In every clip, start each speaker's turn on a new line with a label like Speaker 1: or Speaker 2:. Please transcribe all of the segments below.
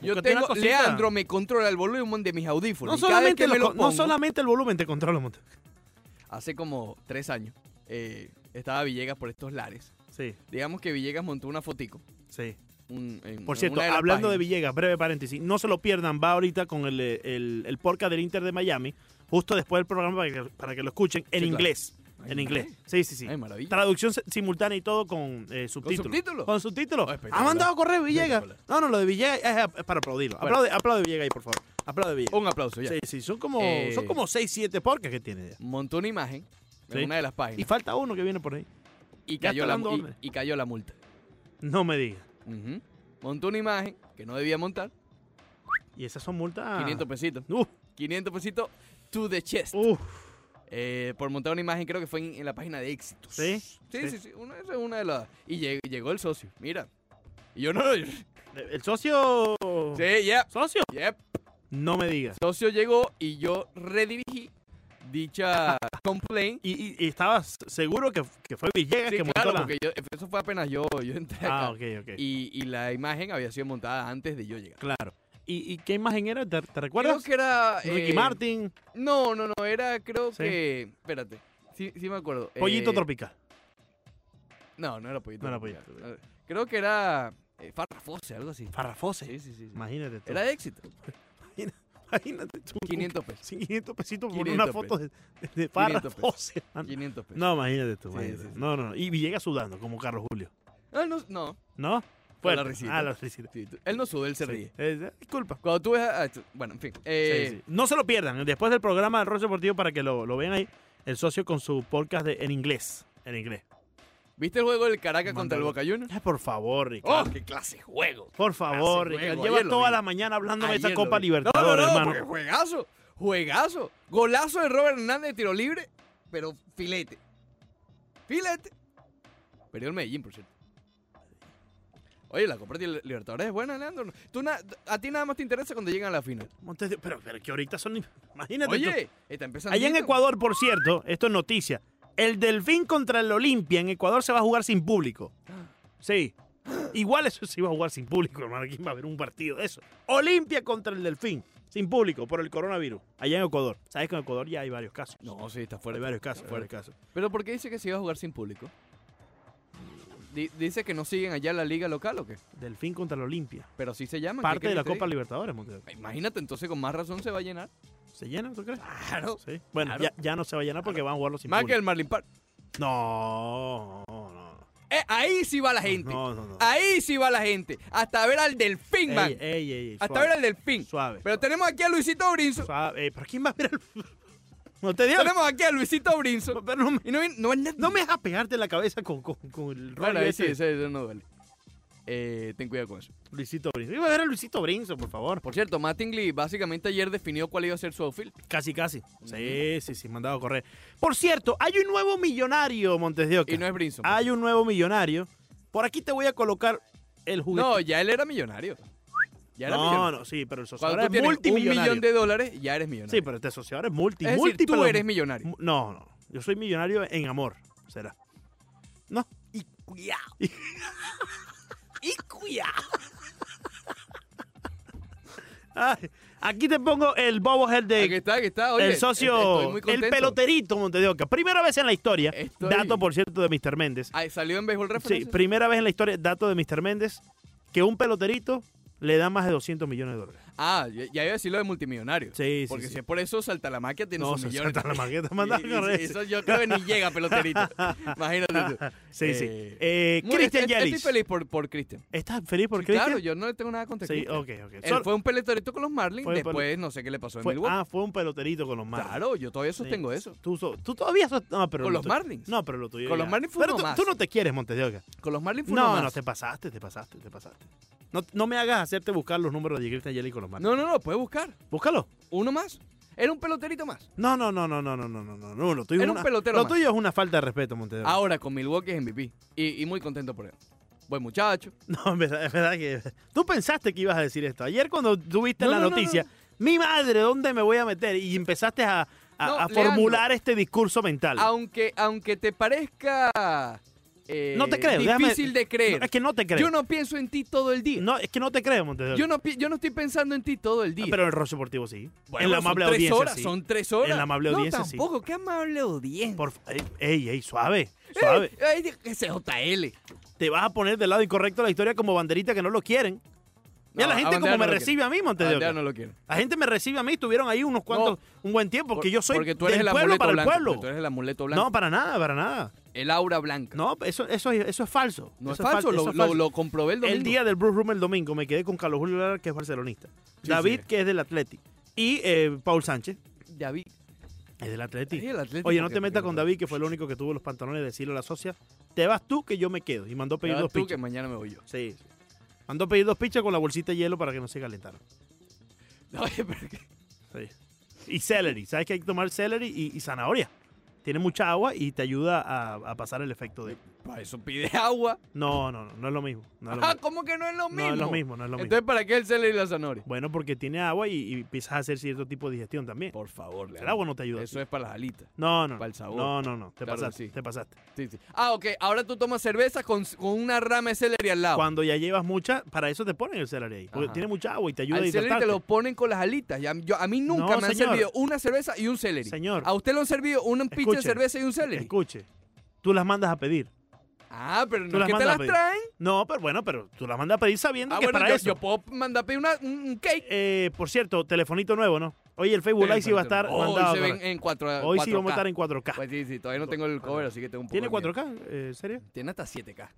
Speaker 1: Yo
Speaker 2: Búscate una
Speaker 1: tengo,
Speaker 2: cosita.
Speaker 1: Leandro me controla el volumen de mis audífonos.
Speaker 2: No
Speaker 1: y cada vez que me
Speaker 2: solamente, lo
Speaker 1: lo
Speaker 2: con- no
Speaker 1: pongo,
Speaker 2: solamente el volumen te controla un montón.
Speaker 1: hace como tres años, eh, estaba Villegas por estos lares.
Speaker 2: Sí,
Speaker 1: Digamos que Villegas montó una fotico.
Speaker 2: sí.
Speaker 1: un- en-
Speaker 2: Por
Speaker 1: en
Speaker 2: cierto,
Speaker 1: una las
Speaker 2: hablando de
Speaker 1: páginas.
Speaker 2: Villegas, breve paréntesis, no se lo pierdan, va ahorita con el, eh, el, el podcast del Inter de Miami, justo después del programa para que, para que lo escuchen
Speaker 1: Sí,
Speaker 2: en
Speaker 1: claro.
Speaker 2: inglés.
Speaker 1: Ay,
Speaker 2: en inglés. Sí, sí, sí.
Speaker 1: Ay, maravilla.
Speaker 2: Traducción se- simultánea y todo con eh,
Speaker 1: ¿Con
Speaker 2: subtítulos.
Speaker 1: subtítulos?
Speaker 2: Con subtítulos.
Speaker 1: Oh, espectacular.
Speaker 2: ha mandado a correr Villegas.
Speaker 1: Espectacular.
Speaker 2: No, no, lo de Villegas es, a- es para aplaudirlo.
Speaker 1: Bueno.
Speaker 2: Aplaude, aplaude Villegas ahí, por favor. Aplaude Villegas.
Speaker 1: Un aplauso ya.
Speaker 2: Sí, sí, son como,
Speaker 1: Eh.
Speaker 2: son como 6, 7 podcasts que tiene ya.
Speaker 1: Montó una imagen
Speaker 2: Sí.
Speaker 1: en una de las
Speaker 2: Y
Speaker 1: páginas
Speaker 2: falta uno que viene por ahí.
Speaker 1: y,
Speaker 2: ya
Speaker 1: cayó
Speaker 2: está
Speaker 1: la,
Speaker 2: dando
Speaker 1: y-
Speaker 2: órdenes.
Speaker 1: y cayó la multa.
Speaker 2: No me digas.
Speaker 1: Ujú. Montó una imagen que no debía montar.
Speaker 2: Y esas son multas.
Speaker 1: 500 pesitos.
Speaker 2: Uf,
Speaker 1: 500 pesitos to the chest.
Speaker 2: uf.
Speaker 1: Eh, por montar una imagen, creo que fue en, en la página de éxitos.
Speaker 2: Sí,
Speaker 1: Sí,
Speaker 2: sí.
Speaker 1: sí, sí. Una, esa es una de las. Y lleg- llegó el socio. Mira. Y yo no. yo-
Speaker 2: El socio.
Speaker 1: sí, yep,
Speaker 2: ¿Socio?
Speaker 1: yep.
Speaker 2: No me digas.
Speaker 1: Socio llegó y yo redirigí dicha complaint.
Speaker 2: Y, y- y estabas seguro que, que fue Villegas
Speaker 1: Sí,
Speaker 2: que
Speaker 1: claro,
Speaker 2: montó la.
Speaker 1: porque yo- eso fue apenas yo, yo entré acá.
Speaker 2: Ah, ok, ok.
Speaker 1: y, y la imagen había sido montada antes de yo llegar.
Speaker 2: Claro. ¿Y, y qué imagen era? ¿Te, te
Speaker 1: Creo
Speaker 2: recuerdas?
Speaker 1: que era.
Speaker 2: Ricky
Speaker 1: eh,
Speaker 2: Martin,
Speaker 1: No, no, no, era, creo
Speaker 2: Sí.
Speaker 1: que. Espérate. Sí, sí me acuerdo.
Speaker 2: Pollito
Speaker 1: Eh,
Speaker 2: Tropical.
Speaker 1: No, no era Pollito
Speaker 2: No era
Speaker 1: Tropical.
Speaker 2: Pollito
Speaker 1: Creo que era. Eh, Farrafose, algo así.
Speaker 2: Farrafose.
Speaker 1: Sí, sí, sí. sí.
Speaker 2: Imagínate tú.
Speaker 1: Era de éxito.
Speaker 2: Imagínate tú.
Speaker 1: 500 pesos.
Speaker 2: Sí, 500 pesitos por
Speaker 1: 500
Speaker 2: una foto de, de
Speaker 1: 500
Speaker 2: Farrafose.
Speaker 1: 500 pesos.
Speaker 2: No, imagínate tú.
Speaker 1: Sí,
Speaker 2: imagínate.
Speaker 1: sí, sí.
Speaker 2: No, no, no. Y Villegas sudando, como Carlos Julio.
Speaker 1: Ah, no, no.
Speaker 2: ¿No?
Speaker 1: Con
Speaker 2: Fuerte.
Speaker 1: la risita.
Speaker 2: Ah, la risita.
Speaker 1: Sí, tú- él no sube, él se
Speaker 2: Sí.
Speaker 1: ríe.
Speaker 2: Eh, disculpa.
Speaker 1: Cuando tú ves a- a- tú- Bueno, en fin. eh,
Speaker 2: Sí, sí. No se lo pierdan. Después del programa del Roche Deportivo, para que lo, lo vean ahí, el socio con su podcast de- en inglés. En inglés.
Speaker 1: ¿Viste el juego del Caracas contra el Boca
Speaker 2: Mándalo.
Speaker 1: Juniors?
Speaker 2: Ay, por favor,
Speaker 1: ¡Oh,
Speaker 2: Ricardo.
Speaker 1: qué clase de juego!
Speaker 2: por favor,
Speaker 1: hace
Speaker 2: Ricardo.
Speaker 1: juego,
Speaker 2: Lleva
Speaker 1: Ah, ayer lo
Speaker 2: toda
Speaker 1: vi.
Speaker 2: la mañana hablando de esa
Speaker 1: Ayer lo
Speaker 2: Copa
Speaker 1: vi.
Speaker 2: Libertadores,
Speaker 1: no, no, no, porque
Speaker 2: hermano.
Speaker 1: juegazo, juegazo. Golazo de Robert Hernández de tiro libre, pero filete. Filete. Perdió el Medellín, por cierto. Oye, la Copa Li- Libertadores es buena, Leandro. Tú na- a ti nada más te interesa cuando llegan a la final.
Speaker 2: Montes de- pero, pero que ahorita son. Imagínate. tú.
Speaker 1: Oye, está empezando.
Speaker 2: Allá en Ecuador, por cierto, esto es noticia. El Delfín contra el Olimpia en Ecuador se va a jugar sin público. Sí. Igual eso se iba a jugar sin público, hermano. ¿Quién va a ver un partido de eso? Olimpia contra el Delfín, sin público, por el coronavirus. Allá en Ecuador. Sabes que en Ecuador ya hay varios casos.
Speaker 1: No, sí, está
Speaker 2: hay
Speaker 1: fuerte.
Speaker 2: varios casos,
Speaker 1: Fuerte.
Speaker 2: varios casos.
Speaker 1: Pero ¿por qué dice que se iba a jugar sin público? Di- dice que no siguen allá la liga local o qué?
Speaker 2: Delfín contra el Olimpia.
Speaker 1: Pero sí se llaman. ¿qué
Speaker 2: Parte de
Speaker 1: quieres
Speaker 2: la
Speaker 1: que te
Speaker 2: Copa
Speaker 1: diga?
Speaker 2: Libertadores, Montevideo.
Speaker 1: Imagínate, entonces con más razón se va a llenar.
Speaker 2: ¿Se llena, tú crees?
Speaker 1: Claro.
Speaker 2: Sí. Bueno,
Speaker 1: Claro.
Speaker 2: ya, ya no se va a llenar porque van a jugarlo sin
Speaker 1: Más que
Speaker 2: público.
Speaker 1: el Marlin Park.
Speaker 2: No, no, no.
Speaker 1: Eh, ahí sí va la gente.
Speaker 2: No, no, no.
Speaker 1: Ahí sí va la gente. Hasta ver al delfín, man.
Speaker 2: Ey, ey, ey, ey,
Speaker 1: Hasta
Speaker 2: suave,
Speaker 1: ver al delfín.
Speaker 2: Suave.
Speaker 1: Pero tenemos aquí a Luisito Brinzo.
Speaker 2: Suave. Eh, ¿Pero quién va a ver el... No te digas.
Speaker 1: Tenemos aquí a Luisito Brinzo.
Speaker 2: Pero no, me-
Speaker 1: Y no, vi- no es nada.
Speaker 2: no me hagas pegarte la cabeza con, con, con el rollo
Speaker 1: Bueno, ahí sí,
Speaker 2: ese.
Speaker 1: eso, eso no duele. Eh, ten cuidado con eso.
Speaker 2: Luisito Brinzo. Iba a ver a Luisito Brinzo, por favor.
Speaker 1: Por cierto, Matt Tingley básicamente ayer definió cuál iba a ser su outfield.
Speaker 2: Casi, casi. Sí, sí, sí, mandado a correr. Por cierto, hay un nuevo millonario, Montes de Oca.
Speaker 1: Y no es Brinzo.
Speaker 2: Hay un nuevo millonario. Por aquí te voy a colocar el juguete.
Speaker 1: No, ya él era millonario. Ya era
Speaker 2: no,
Speaker 1: millonario.
Speaker 2: no, sí, pero el socio
Speaker 1: Cuando
Speaker 2: ahora
Speaker 1: tú
Speaker 2: es
Speaker 1: tienes un
Speaker 2: multimillonario.
Speaker 1: millón de dólares, ya eres millonario.
Speaker 2: Sí, pero este socio ahora es multi,
Speaker 1: es
Speaker 2: multi,
Speaker 1: decir, tú
Speaker 2: pero-
Speaker 1: eres millonario.
Speaker 2: Mu- No, no. Yo soy millonario en amor, será.
Speaker 1: Y cuidado. y cuidado.
Speaker 2: Ay, aquí te pongo el bobblehead de
Speaker 1: Aquí está, aquí está. Oye,
Speaker 2: el
Speaker 1: est-
Speaker 2: socio,
Speaker 1: estoy muy
Speaker 2: el
Speaker 1: contento.
Speaker 2: peloterito Montes de Oca. Primera vez en la historia.
Speaker 1: Estoy-
Speaker 2: Dato, por cierto, de Mr. Méndez.
Speaker 1: Ah, ¿Salió en béisbol
Speaker 2: Sí,
Speaker 1: referencia?
Speaker 2: primera vez en la historia, dato de Mr. Méndez, que un peloterito le da más de 200 millones de dólares.
Speaker 1: ah, ya ya iba a decir lo de multimillonario.
Speaker 2: Sí, sí,
Speaker 1: Porque
Speaker 2: sí.
Speaker 1: si es por eso, Saltalamaquia tiene
Speaker 2: No,
Speaker 1: sus
Speaker 2: se
Speaker 1: millones.
Speaker 2: salta la maqueta, manda a
Speaker 1: Y- y-
Speaker 2: correr.
Speaker 1: y eso yo creo que ni llega, peloterito. Imagínate tú.
Speaker 2: Sí, sí.
Speaker 1: Eh,
Speaker 2: Eh,
Speaker 1: Muy-
Speaker 2: Cristian
Speaker 1: est-
Speaker 2: Yelich.
Speaker 1: Estoy feliz por, por Cristian.
Speaker 2: ¿Estás feliz por
Speaker 1: Sí,
Speaker 2: Cristian?
Speaker 1: Claro, yo no le tengo nada contra
Speaker 2: Sí,
Speaker 1: Cristian.
Speaker 2: ok, ok.
Speaker 1: Él
Speaker 2: Solo-
Speaker 1: fue un peloterito con los Marlins,
Speaker 2: Fue un pelo-
Speaker 1: después no sé qué le pasó en
Speaker 2: fue-
Speaker 1: Milwaukee.
Speaker 2: ah, fue un peloterito con los Marlins.
Speaker 1: claro, yo todavía sostengo
Speaker 2: Sí.
Speaker 1: eso.
Speaker 2: Tú, so- tú todavía sos- no, pero
Speaker 1: Con
Speaker 2: lo
Speaker 1: los
Speaker 2: tu-
Speaker 1: Marlins.
Speaker 2: No, pero lo tuyo
Speaker 1: Con los
Speaker 2: ya.
Speaker 1: Marlins fue
Speaker 2: Pero
Speaker 1: uno
Speaker 2: tú,
Speaker 1: más.
Speaker 2: tú no te quieres, Montes de Oca.
Speaker 1: Con los Marlins fue uno
Speaker 2: No,
Speaker 1: más.
Speaker 2: no, te pasaste, te pasaste, te pasaste. No, no me hagas hacerte buscar los números de Cristian Yelich con los Marlins.
Speaker 1: no, no, no, puedes buscar.
Speaker 2: Búscalo.
Speaker 1: Uno más. Era un peloterito más.
Speaker 2: No, no, no, no, no, no, no, no, no, no. Lo tuyo,
Speaker 1: Era
Speaker 2: es
Speaker 1: un
Speaker 2: una-
Speaker 1: pelotero
Speaker 2: lo
Speaker 1: más.
Speaker 2: tuyo es una falta de respeto, Montes de Oca.
Speaker 1: Ahora con Milwaukee es MVP. Y, y muy contento por él. Buen muchacho.
Speaker 2: No, es verdad, es verdad que. Tú pensaste que ibas a decir esto. Ayer, cuando tuviste
Speaker 1: No,
Speaker 2: la
Speaker 1: no, no,
Speaker 2: noticia, mi madre, ¿dónde me voy a meter? Y empezaste a, a-
Speaker 1: No,
Speaker 2: a
Speaker 1: Leandro.
Speaker 2: formular este discurso mental.
Speaker 1: Aunque, aunque te parezca eh,
Speaker 2: No te creo, déjame-
Speaker 1: difícil de creer.
Speaker 2: No, es que no te creo.
Speaker 1: Yo no pienso en ti todo el día.
Speaker 2: No, es que no te creo, Montedor.
Speaker 1: Yo, no pi- yo no estoy pensando en ti todo el día.
Speaker 2: Ah, Pero en el rostro deportivo sí.
Speaker 1: Bueno,
Speaker 2: en la
Speaker 1: son
Speaker 2: amable
Speaker 1: tres
Speaker 2: audiencia
Speaker 1: horas,
Speaker 2: sí.
Speaker 1: Son tres horas.
Speaker 2: En la amable
Speaker 1: no,
Speaker 2: audiencia, sí.
Speaker 1: tampoco. ¿Qué amable audiencia?
Speaker 2: Por fa- ey, ey, ey, suave,
Speaker 1: Eh,
Speaker 2: suave.
Speaker 1: eh, que CJL.
Speaker 2: Te vas a poner del lado incorrecto de la historia como banderita que no lo quieren. Mira
Speaker 1: No,
Speaker 2: la
Speaker 1: a
Speaker 2: gente
Speaker 1: Bandera
Speaker 2: como me
Speaker 1: no lo
Speaker 2: recibe a mí, Montes de
Speaker 1: quiero. Ah,
Speaker 2: Oca.
Speaker 1: no lo quiero.
Speaker 2: La gente me recibe a mí, estuvieron ahí unos cuantos, un buen tiempo, porque
Speaker 1: Por-
Speaker 2: yo soy
Speaker 1: porque tú eres
Speaker 2: del
Speaker 1: el
Speaker 2: pueblo
Speaker 1: amuleto
Speaker 2: para
Speaker 1: blanco,
Speaker 2: el
Speaker 1: porque Tú
Speaker 2: pueblo.
Speaker 1: eres el amuleto blanco.
Speaker 2: No, para nada, para nada.
Speaker 1: El aura blanca.
Speaker 2: No, eso, eso, es- eso es falso.
Speaker 1: No es
Speaker 2: Eso
Speaker 1: falso,
Speaker 2: fal-
Speaker 1: lo,
Speaker 2: eso es
Speaker 1: lo-
Speaker 2: falso.
Speaker 1: lo comprobé el domingo.
Speaker 2: El día del Bruce Room el domingo me quedé con Carlos Julio Lara, que es barcelonista.
Speaker 1: Sí,
Speaker 2: David,
Speaker 1: sí.
Speaker 2: que es del Atleti. Y eh, Paul Sánchez,
Speaker 1: Ya vi.
Speaker 2: es del Atleti.
Speaker 1: Sí, el Atlético
Speaker 2: Oye, no
Speaker 1: que-
Speaker 2: te metas
Speaker 1: que-
Speaker 2: con David, que fue el único que tuvo los pantalones de decirle a la socia, te vas tú que yo me quedo. Y mandó a pedir
Speaker 1: Ya
Speaker 2: dos
Speaker 1: tú que
Speaker 2: pichas.
Speaker 1: mañana me voy yo.
Speaker 2: Sí. sí. Mandó a pedir dos pichas con la bolsita de hielo para que no se calentaran.
Speaker 1: No, oye, pero que-
Speaker 2: Sí. Y celery. ¿Sabes que hay que tomar celery y, y zanahoria? Tiene mucha agua y te ayuda a, a pasar el efecto de...
Speaker 1: para eso pide agua.
Speaker 2: No, no, no, no es lo mismo. No es lo
Speaker 1: Ah,
Speaker 2: mismo.
Speaker 1: ¿cómo que no es lo mismo?
Speaker 2: No es lo mismo, no es lo mismo.
Speaker 1: Entonces, ¿para qué el celery y la zanahoria?
Speaker 2: Bueno, porque tiene agua y, y empiezas a hacer cierto tipo de digestión también.
Speaker 1: Por favor,
Speaker 2: El agua no te ayuda. a ti.
Speaker 1: Eso es para las alitas.
Speaker 2: No, no.
Speaker 1: Para el sabor.
Speaker 2: No, no, no. Te
Speaker 1: Claro que
Speaker 2: pasaste.
Speaker 1: sí.
Speaker 2: Te pasaste.
Speaker 1: Sí, sí. Ah, ok. Ahora tú tomas cerveza con, con una rama de celery al lado.
Speaker 2: Cuando ya llevas mucha, para eso te ponen el celery ahí. Porque
Speaker 1: Ajá.
Speaker 2: tiene mucha agua y te ayuda a
Speaker 1: Al celery
Speaker 2: hidratarte.
Speaker 1: te lo ponen con las alitas. Ya- yo- a mí nunca
Speaker 2: No,
Speaker 1: me han
Speaker 2: señor.
Speaker 1: servido una cerveza y un celery.
Speaker 2: Señor.
Speaker 1: A usted le han servido una pizza de
Speaker 2: Escuche.
Speaker 1: cerveza y un celery.
Speaker 2: Escuche. Tú las mandas a pedir.
Speaker 1: Ah, pero no es que
Speaker 2: las
Speaker 1: te
Speaker 2: mandas a
Speaker 1: las
Speaker 2: pedir.
Speaker 1: traen.
Speaker 2: No, pero bueno, pero tú las mandas a pedir sabiendo
Speaker 1: Ah,
Speaker 2: que es
Speaker 1: bueno,
Speaker 2: para
Speaker 1: yo,
Speaker 2: eso.
Speaker 1: yo puedo mandar a pedir una- un un cake.
Speaker 2: Eh, por cierto, telefonito nuevo, ¿no? Hoy el Facebook Live sí va a estar
Speaker 1: Hoy
Speaker 2: mandado.
Speaker 1: se
Speaker 2: para-
Speaker 1: ven en 4
Speaker 2: Hoy sí vamos a estar en 4K.
Speaker 1: Pues sí, sí, todavía no tengo el cover, así que tengo un poco
Speaker 2: ¿Tiene
Speaker 1: de miedo.
Speaker 2: 4K? Eh, ¿Serio?
Speaker 1: Tiene hasta 7K.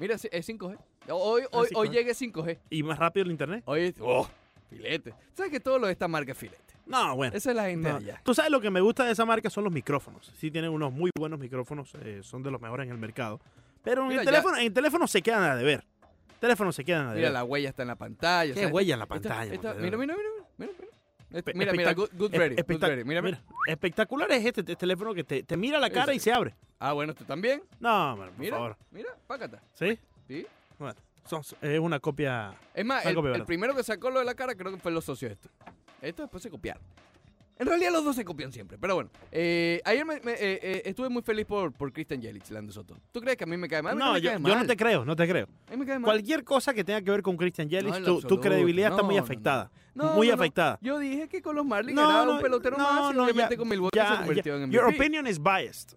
Speaker 1: Mira, sí, es 5G. Hoy, hoy,
Speaker 2: Ah,
Speaker 1: hoy
Speaker 2: 5G.
Speaker 1: llegue 5G.
Speaker 2: ¿Y más rápido el internet?
Speaker 1: Hoy es... ¡Oh! Filete. ¿Sabes que todo lo de esta marca es filete?
Speaker 2: No, bueno.
Speaker 1: Esa es la gente
Speaker 2: No.
Speaker 1: de allá.
Speaker 2: Tú sabes lo que me gusta de esa marca son los micrófonos. Sí tienen unos muy buenos micrófonos, eh, son de los mejores en el mercado. Pero en
Speaker 1: Mira,
Speaker 2: el
Speaker 1: ya-
Speaker 2: teléfono, en el teléfono se quedan a deber. Teléfono se quedan a
Speaker 1: Mira,
Speaker 2: deber.
Speaker 1: la huella está en la pantalla. o
Speaker 2: Qué
Speaker 1: sea,
Speaker 2: huella en la
Speaker 1: esta-
Speaker 2: pantalla.
Speaker 1: esta- mira,
Speaker 2: Montedor.
Speaker 1: mira, mira, mira, mira. Este-
Speaker 2: Espe-
Speaker 1: mira, mira,
Speaker 2: espectac-
Speaker 1: Good, good
Speaker 2: Es-
Speaker 1: Radio, good
Speaker 2: espectac-
Speaker 1: Radio. Mira, mira.
Speaker 2: espectacular es este, este teléfono que te, te mira la
Speaker 1: Sí,
Speaker 2: cara
Speaker 1: sí.
Speaker 2: y se abre.
Speaker 1: Ah, bueno, tú también.
Speaker 2: No, bueno, por
Speaker 1: Mira,
Speaker 2: favor.
Speaker 1: mira, pácata.
Speaker 2: ¿Sí?
Speaker 1: Sí.
Speaker 2: Bueno, son- es una copia.
Speaker 1: Es más, el,
Speaker 2: Algo
Speaker 1: el
Speaker 2: peor.
Speaker 1: primero que sacó lo de la cara creo que fue los socios este. Estos después se copiaron. En realidad los dos se copian siempre, pero bueno. eh, ayer me- me- eh, eh, estuve muy feliz por, por Christian Jelic, Lando Soto. ¿Tú crees que a mí me cae mal? A mí
Speaker 2: No,
Speaker 1: me
Speaker 2: yo,
Speaker 1: cae
Speaker 2: yo
Speaker 1: mal.
Speaker 2: no te creo, no te creo.
Speaker 1: A mí me cae mal.
Speaker 2: Cualquier cosa que tenga que ver con Christian
Speaker 1: No,
Speaker 2: Yelich,
Speaker 1: en
Speaker 2: tu, tu
Speaker 1: absoluto.
Speaker 2: credibilidad está
Speaker 1: No,
Speaker 2: muy
Speaker 1: no, no.
Speaker 2: afectada.
Speaker 1: No,
Speaker 2: muy
Speaker 1: no, no.
Speaker 2: afectada.
Speaker 1: Yo dije que con los Marlins
Speaker 2: No,
Speaker 1: era
Speaker 2: no,
Speaker 1: un pelotero
Speaker 2: no,
Speaker 1: más y
Speaker 2: no,
Speaker 1: obviamente
Speaker 2: ya-
Speaker 1: con Milwaukee
Speaker 2: ya-
Speaker 1: se convirtió
Speaker 2: ya.
Speaker 1: en
Speaker 2: Your
Speaker 1: MVP.
Speaker 2: opinion is biased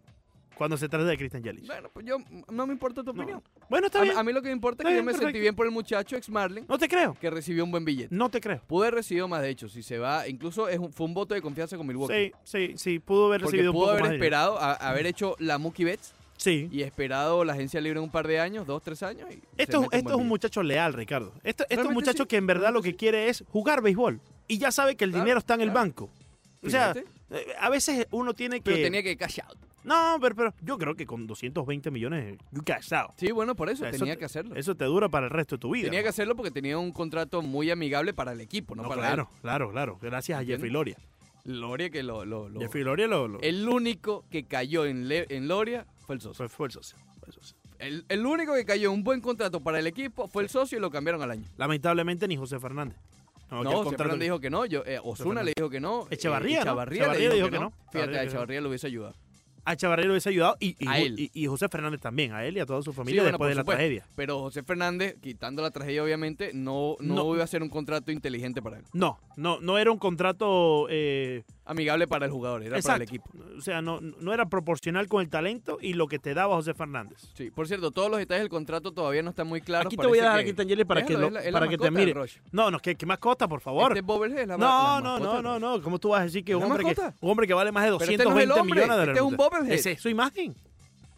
Speaker 2: cuando se trata de Christian Yelich.
Speaker 1: Bueno, pues yo no me importa tu
Speaker 2: No.
Speaker 1: opinión.
Speaker 2: Bueno, está
Speaker 1: A,
Speaker 2: bien.
Speaker 1: a mí lo que me importa es
Speaker 2: Está
Speaker 1: que yo
Speaker 2: bien,
Speaker 1: me sentí
Speaker 2: perfecto.
Speaker 1: bien por el muchacho ex Marlin
Speaker 2: No te creo.
Speaker 1: que recibió un buen billete.
Speaker 2: No te creo.
Speaker 1: Pude haber recibido más, de hecho, si se va. Incluso es un- fue un voto de confianza con Milwaukee.
Speaker 2: Sí, sí, sí. Pudo haber
Speaker 1: Porque
Speaker 2: recibido un
Speaker 1: pudo
Speaker 2: poco
Speaker 1: haber
Speaker 2: más de dinero.
Speaker 1: esperado, a- haber hecho la Mookie Betts
Speaker 2: Sí.
Speaker 1: y esperado la agencia libre en un par de años, dos, tres años. y se
Speaker 2: Esto,
Speaker 1: mete
Speaker 2: esto es un
Speaker 1: buen
Speaker 2: muchacho leal, Ricardo. Esto, esto es un
Speaker 1: Realmente
Speaker 2: muchacho
Speaker 1: sí,
Speaker 2: que en verdad lo
Speaker 1: realmente
Speaker 2: que
Speaker 1: sí.
Speaker 2: quiere es jugar béisbol. Y ya sabe que el
Speaker 1: Claro,
Speaker 2: dinero está en el
Speaker 1: claro.
Speaker 2: banco. O
Speaker 1: billete.
Speaker 2: sea,
Speaker 1: Fíjate,
Speaker 2: eh, a veces uno tiene que...
Speaker 1: pero tenía que cash out.
Speaker 2: No, pero, pero yo creo que con 220 millones, you cash out.
Speaker 1: Sí, bueno, por eso
Speaker 2: O sea, eso
Speaker 1: tenía
Speaker 2: te-
Speaker 1: que hacerlo.
Speaker 2: Eso te dura para el resto de tu vida.
Speaker 1: Tenía
Speaker 2: ¿no?
Speaker 1: que hacerlo porque tenía un contrato muy amigable para el equipo, no,
Speaker 2: No,
Speaker 1: para
Speaker 2: claro, claro, claro. Gracias a
Speaker 1: ¿Entiendes?
Speaker 2: Jeffrey Loria.
Speaker 1: él. Loria que lo... lo- lo-
Speaker 2: Jeffrey Loria lo... lo-
Speaker 1: el único que cayó en, Le- en Loria fue el socio.
Speaker 2: fue, fue el socio, fue el socio.
Speaker 1: El, el único que cayó en un buen contrato para el equipo fue el socio y lo cambiaron al año.
Speaker 2: Lamentablemente ni José Fernández.
Speaker 1: No,
Speaker 2: que el
Speaker 1: José
Speaker 2: contrato-
Speaker 1: Fernández dijo que no, yo, eh, Osuna
Speaker 2: Fernández.
Speaker 1: le dijo que no, eh,
Speaker 2: Echevarría, ¿no?
Speaker 1: Echavarría le
Speaker 2: Echevarría
Speaker 1: dijo,
Speaker 2: dijo
Speaker 1: que
Speaker 2: que
Speaker 1: no.
Speaker 2: no.
Speaker 1: Fíjate, a
Speaker 2: Echevarría dijo que no.
Speaker 1: Echevarría le hubiese ayudado.
Speaker 2: A Chavarría lo hubiese ayudado y, y,
Speaker 1: A él.
Speaker 2: y- y José Fernández también, a él y a toda su familia
Speaker 1: Sí, bueno,
Speaker 2: después
Speaker 1: por
Speaker 2: de la
Speaker 1: supuesto.
Speaker 2: tragedia.
Speaker 1: Pero José Fernández, quitando la tragedia, obviamente, no, no,
Speaker 2: No.
Speaker 1: iba a ser un contrato inteligente para él.
Speaker 2: No, no, no era un contrato eh,
Speaker 1: Amigable para el jugador, era para el
Speaker 2: exacto.
Speaker 1: equipo.
Speaker 2: O sea, no, no era proporcional con el talento y lo que te daba José Fernández.
Speaker 1: Sí, por cierto, todos los detalles del contrato todavía no están muy claros.
Speaker 2: Aquí te voy
Speaker 1: parece
Speaker 2: a dejar
Speaker 1: que-
Speaker 2: a Quinta Angeli para que,
Speaker 1: Déjalo,
Speaker 2: lo-
Speaker 1: es la- es la
Speaker 2: para que te
Speaker 1: mascota del
Speaker 2: mire.
Speaker 1: Rush.
Speaker 2: No, no, que, que mascota, por favor.
Speaker 1: Este Bobble es la
Speaker 2: no,
Speaker 1: ma- la
Speaker 2: no,
Speaker 1: mascota
Speaker 2: no,
Speaker 1: del
Speaker 2: no,
Speaker 1: Rush.
Speaker 2: no. ¿Cómo tú vas a decir que un
Speaker 1: ¿Es
Speaker 2: hombre que,
Speaker 1: mascota?
Speaker 2: un hombre que vale más de
Speaker 1: Pero este no es
Speaker 2: 220
Speaker 1: el hombre,
Speaker 2: millones de
Speaker 1: este es un
Speaker 2: dólares?
Speaker 1: bobblehead.
Speaker 2: Esa es su imagen.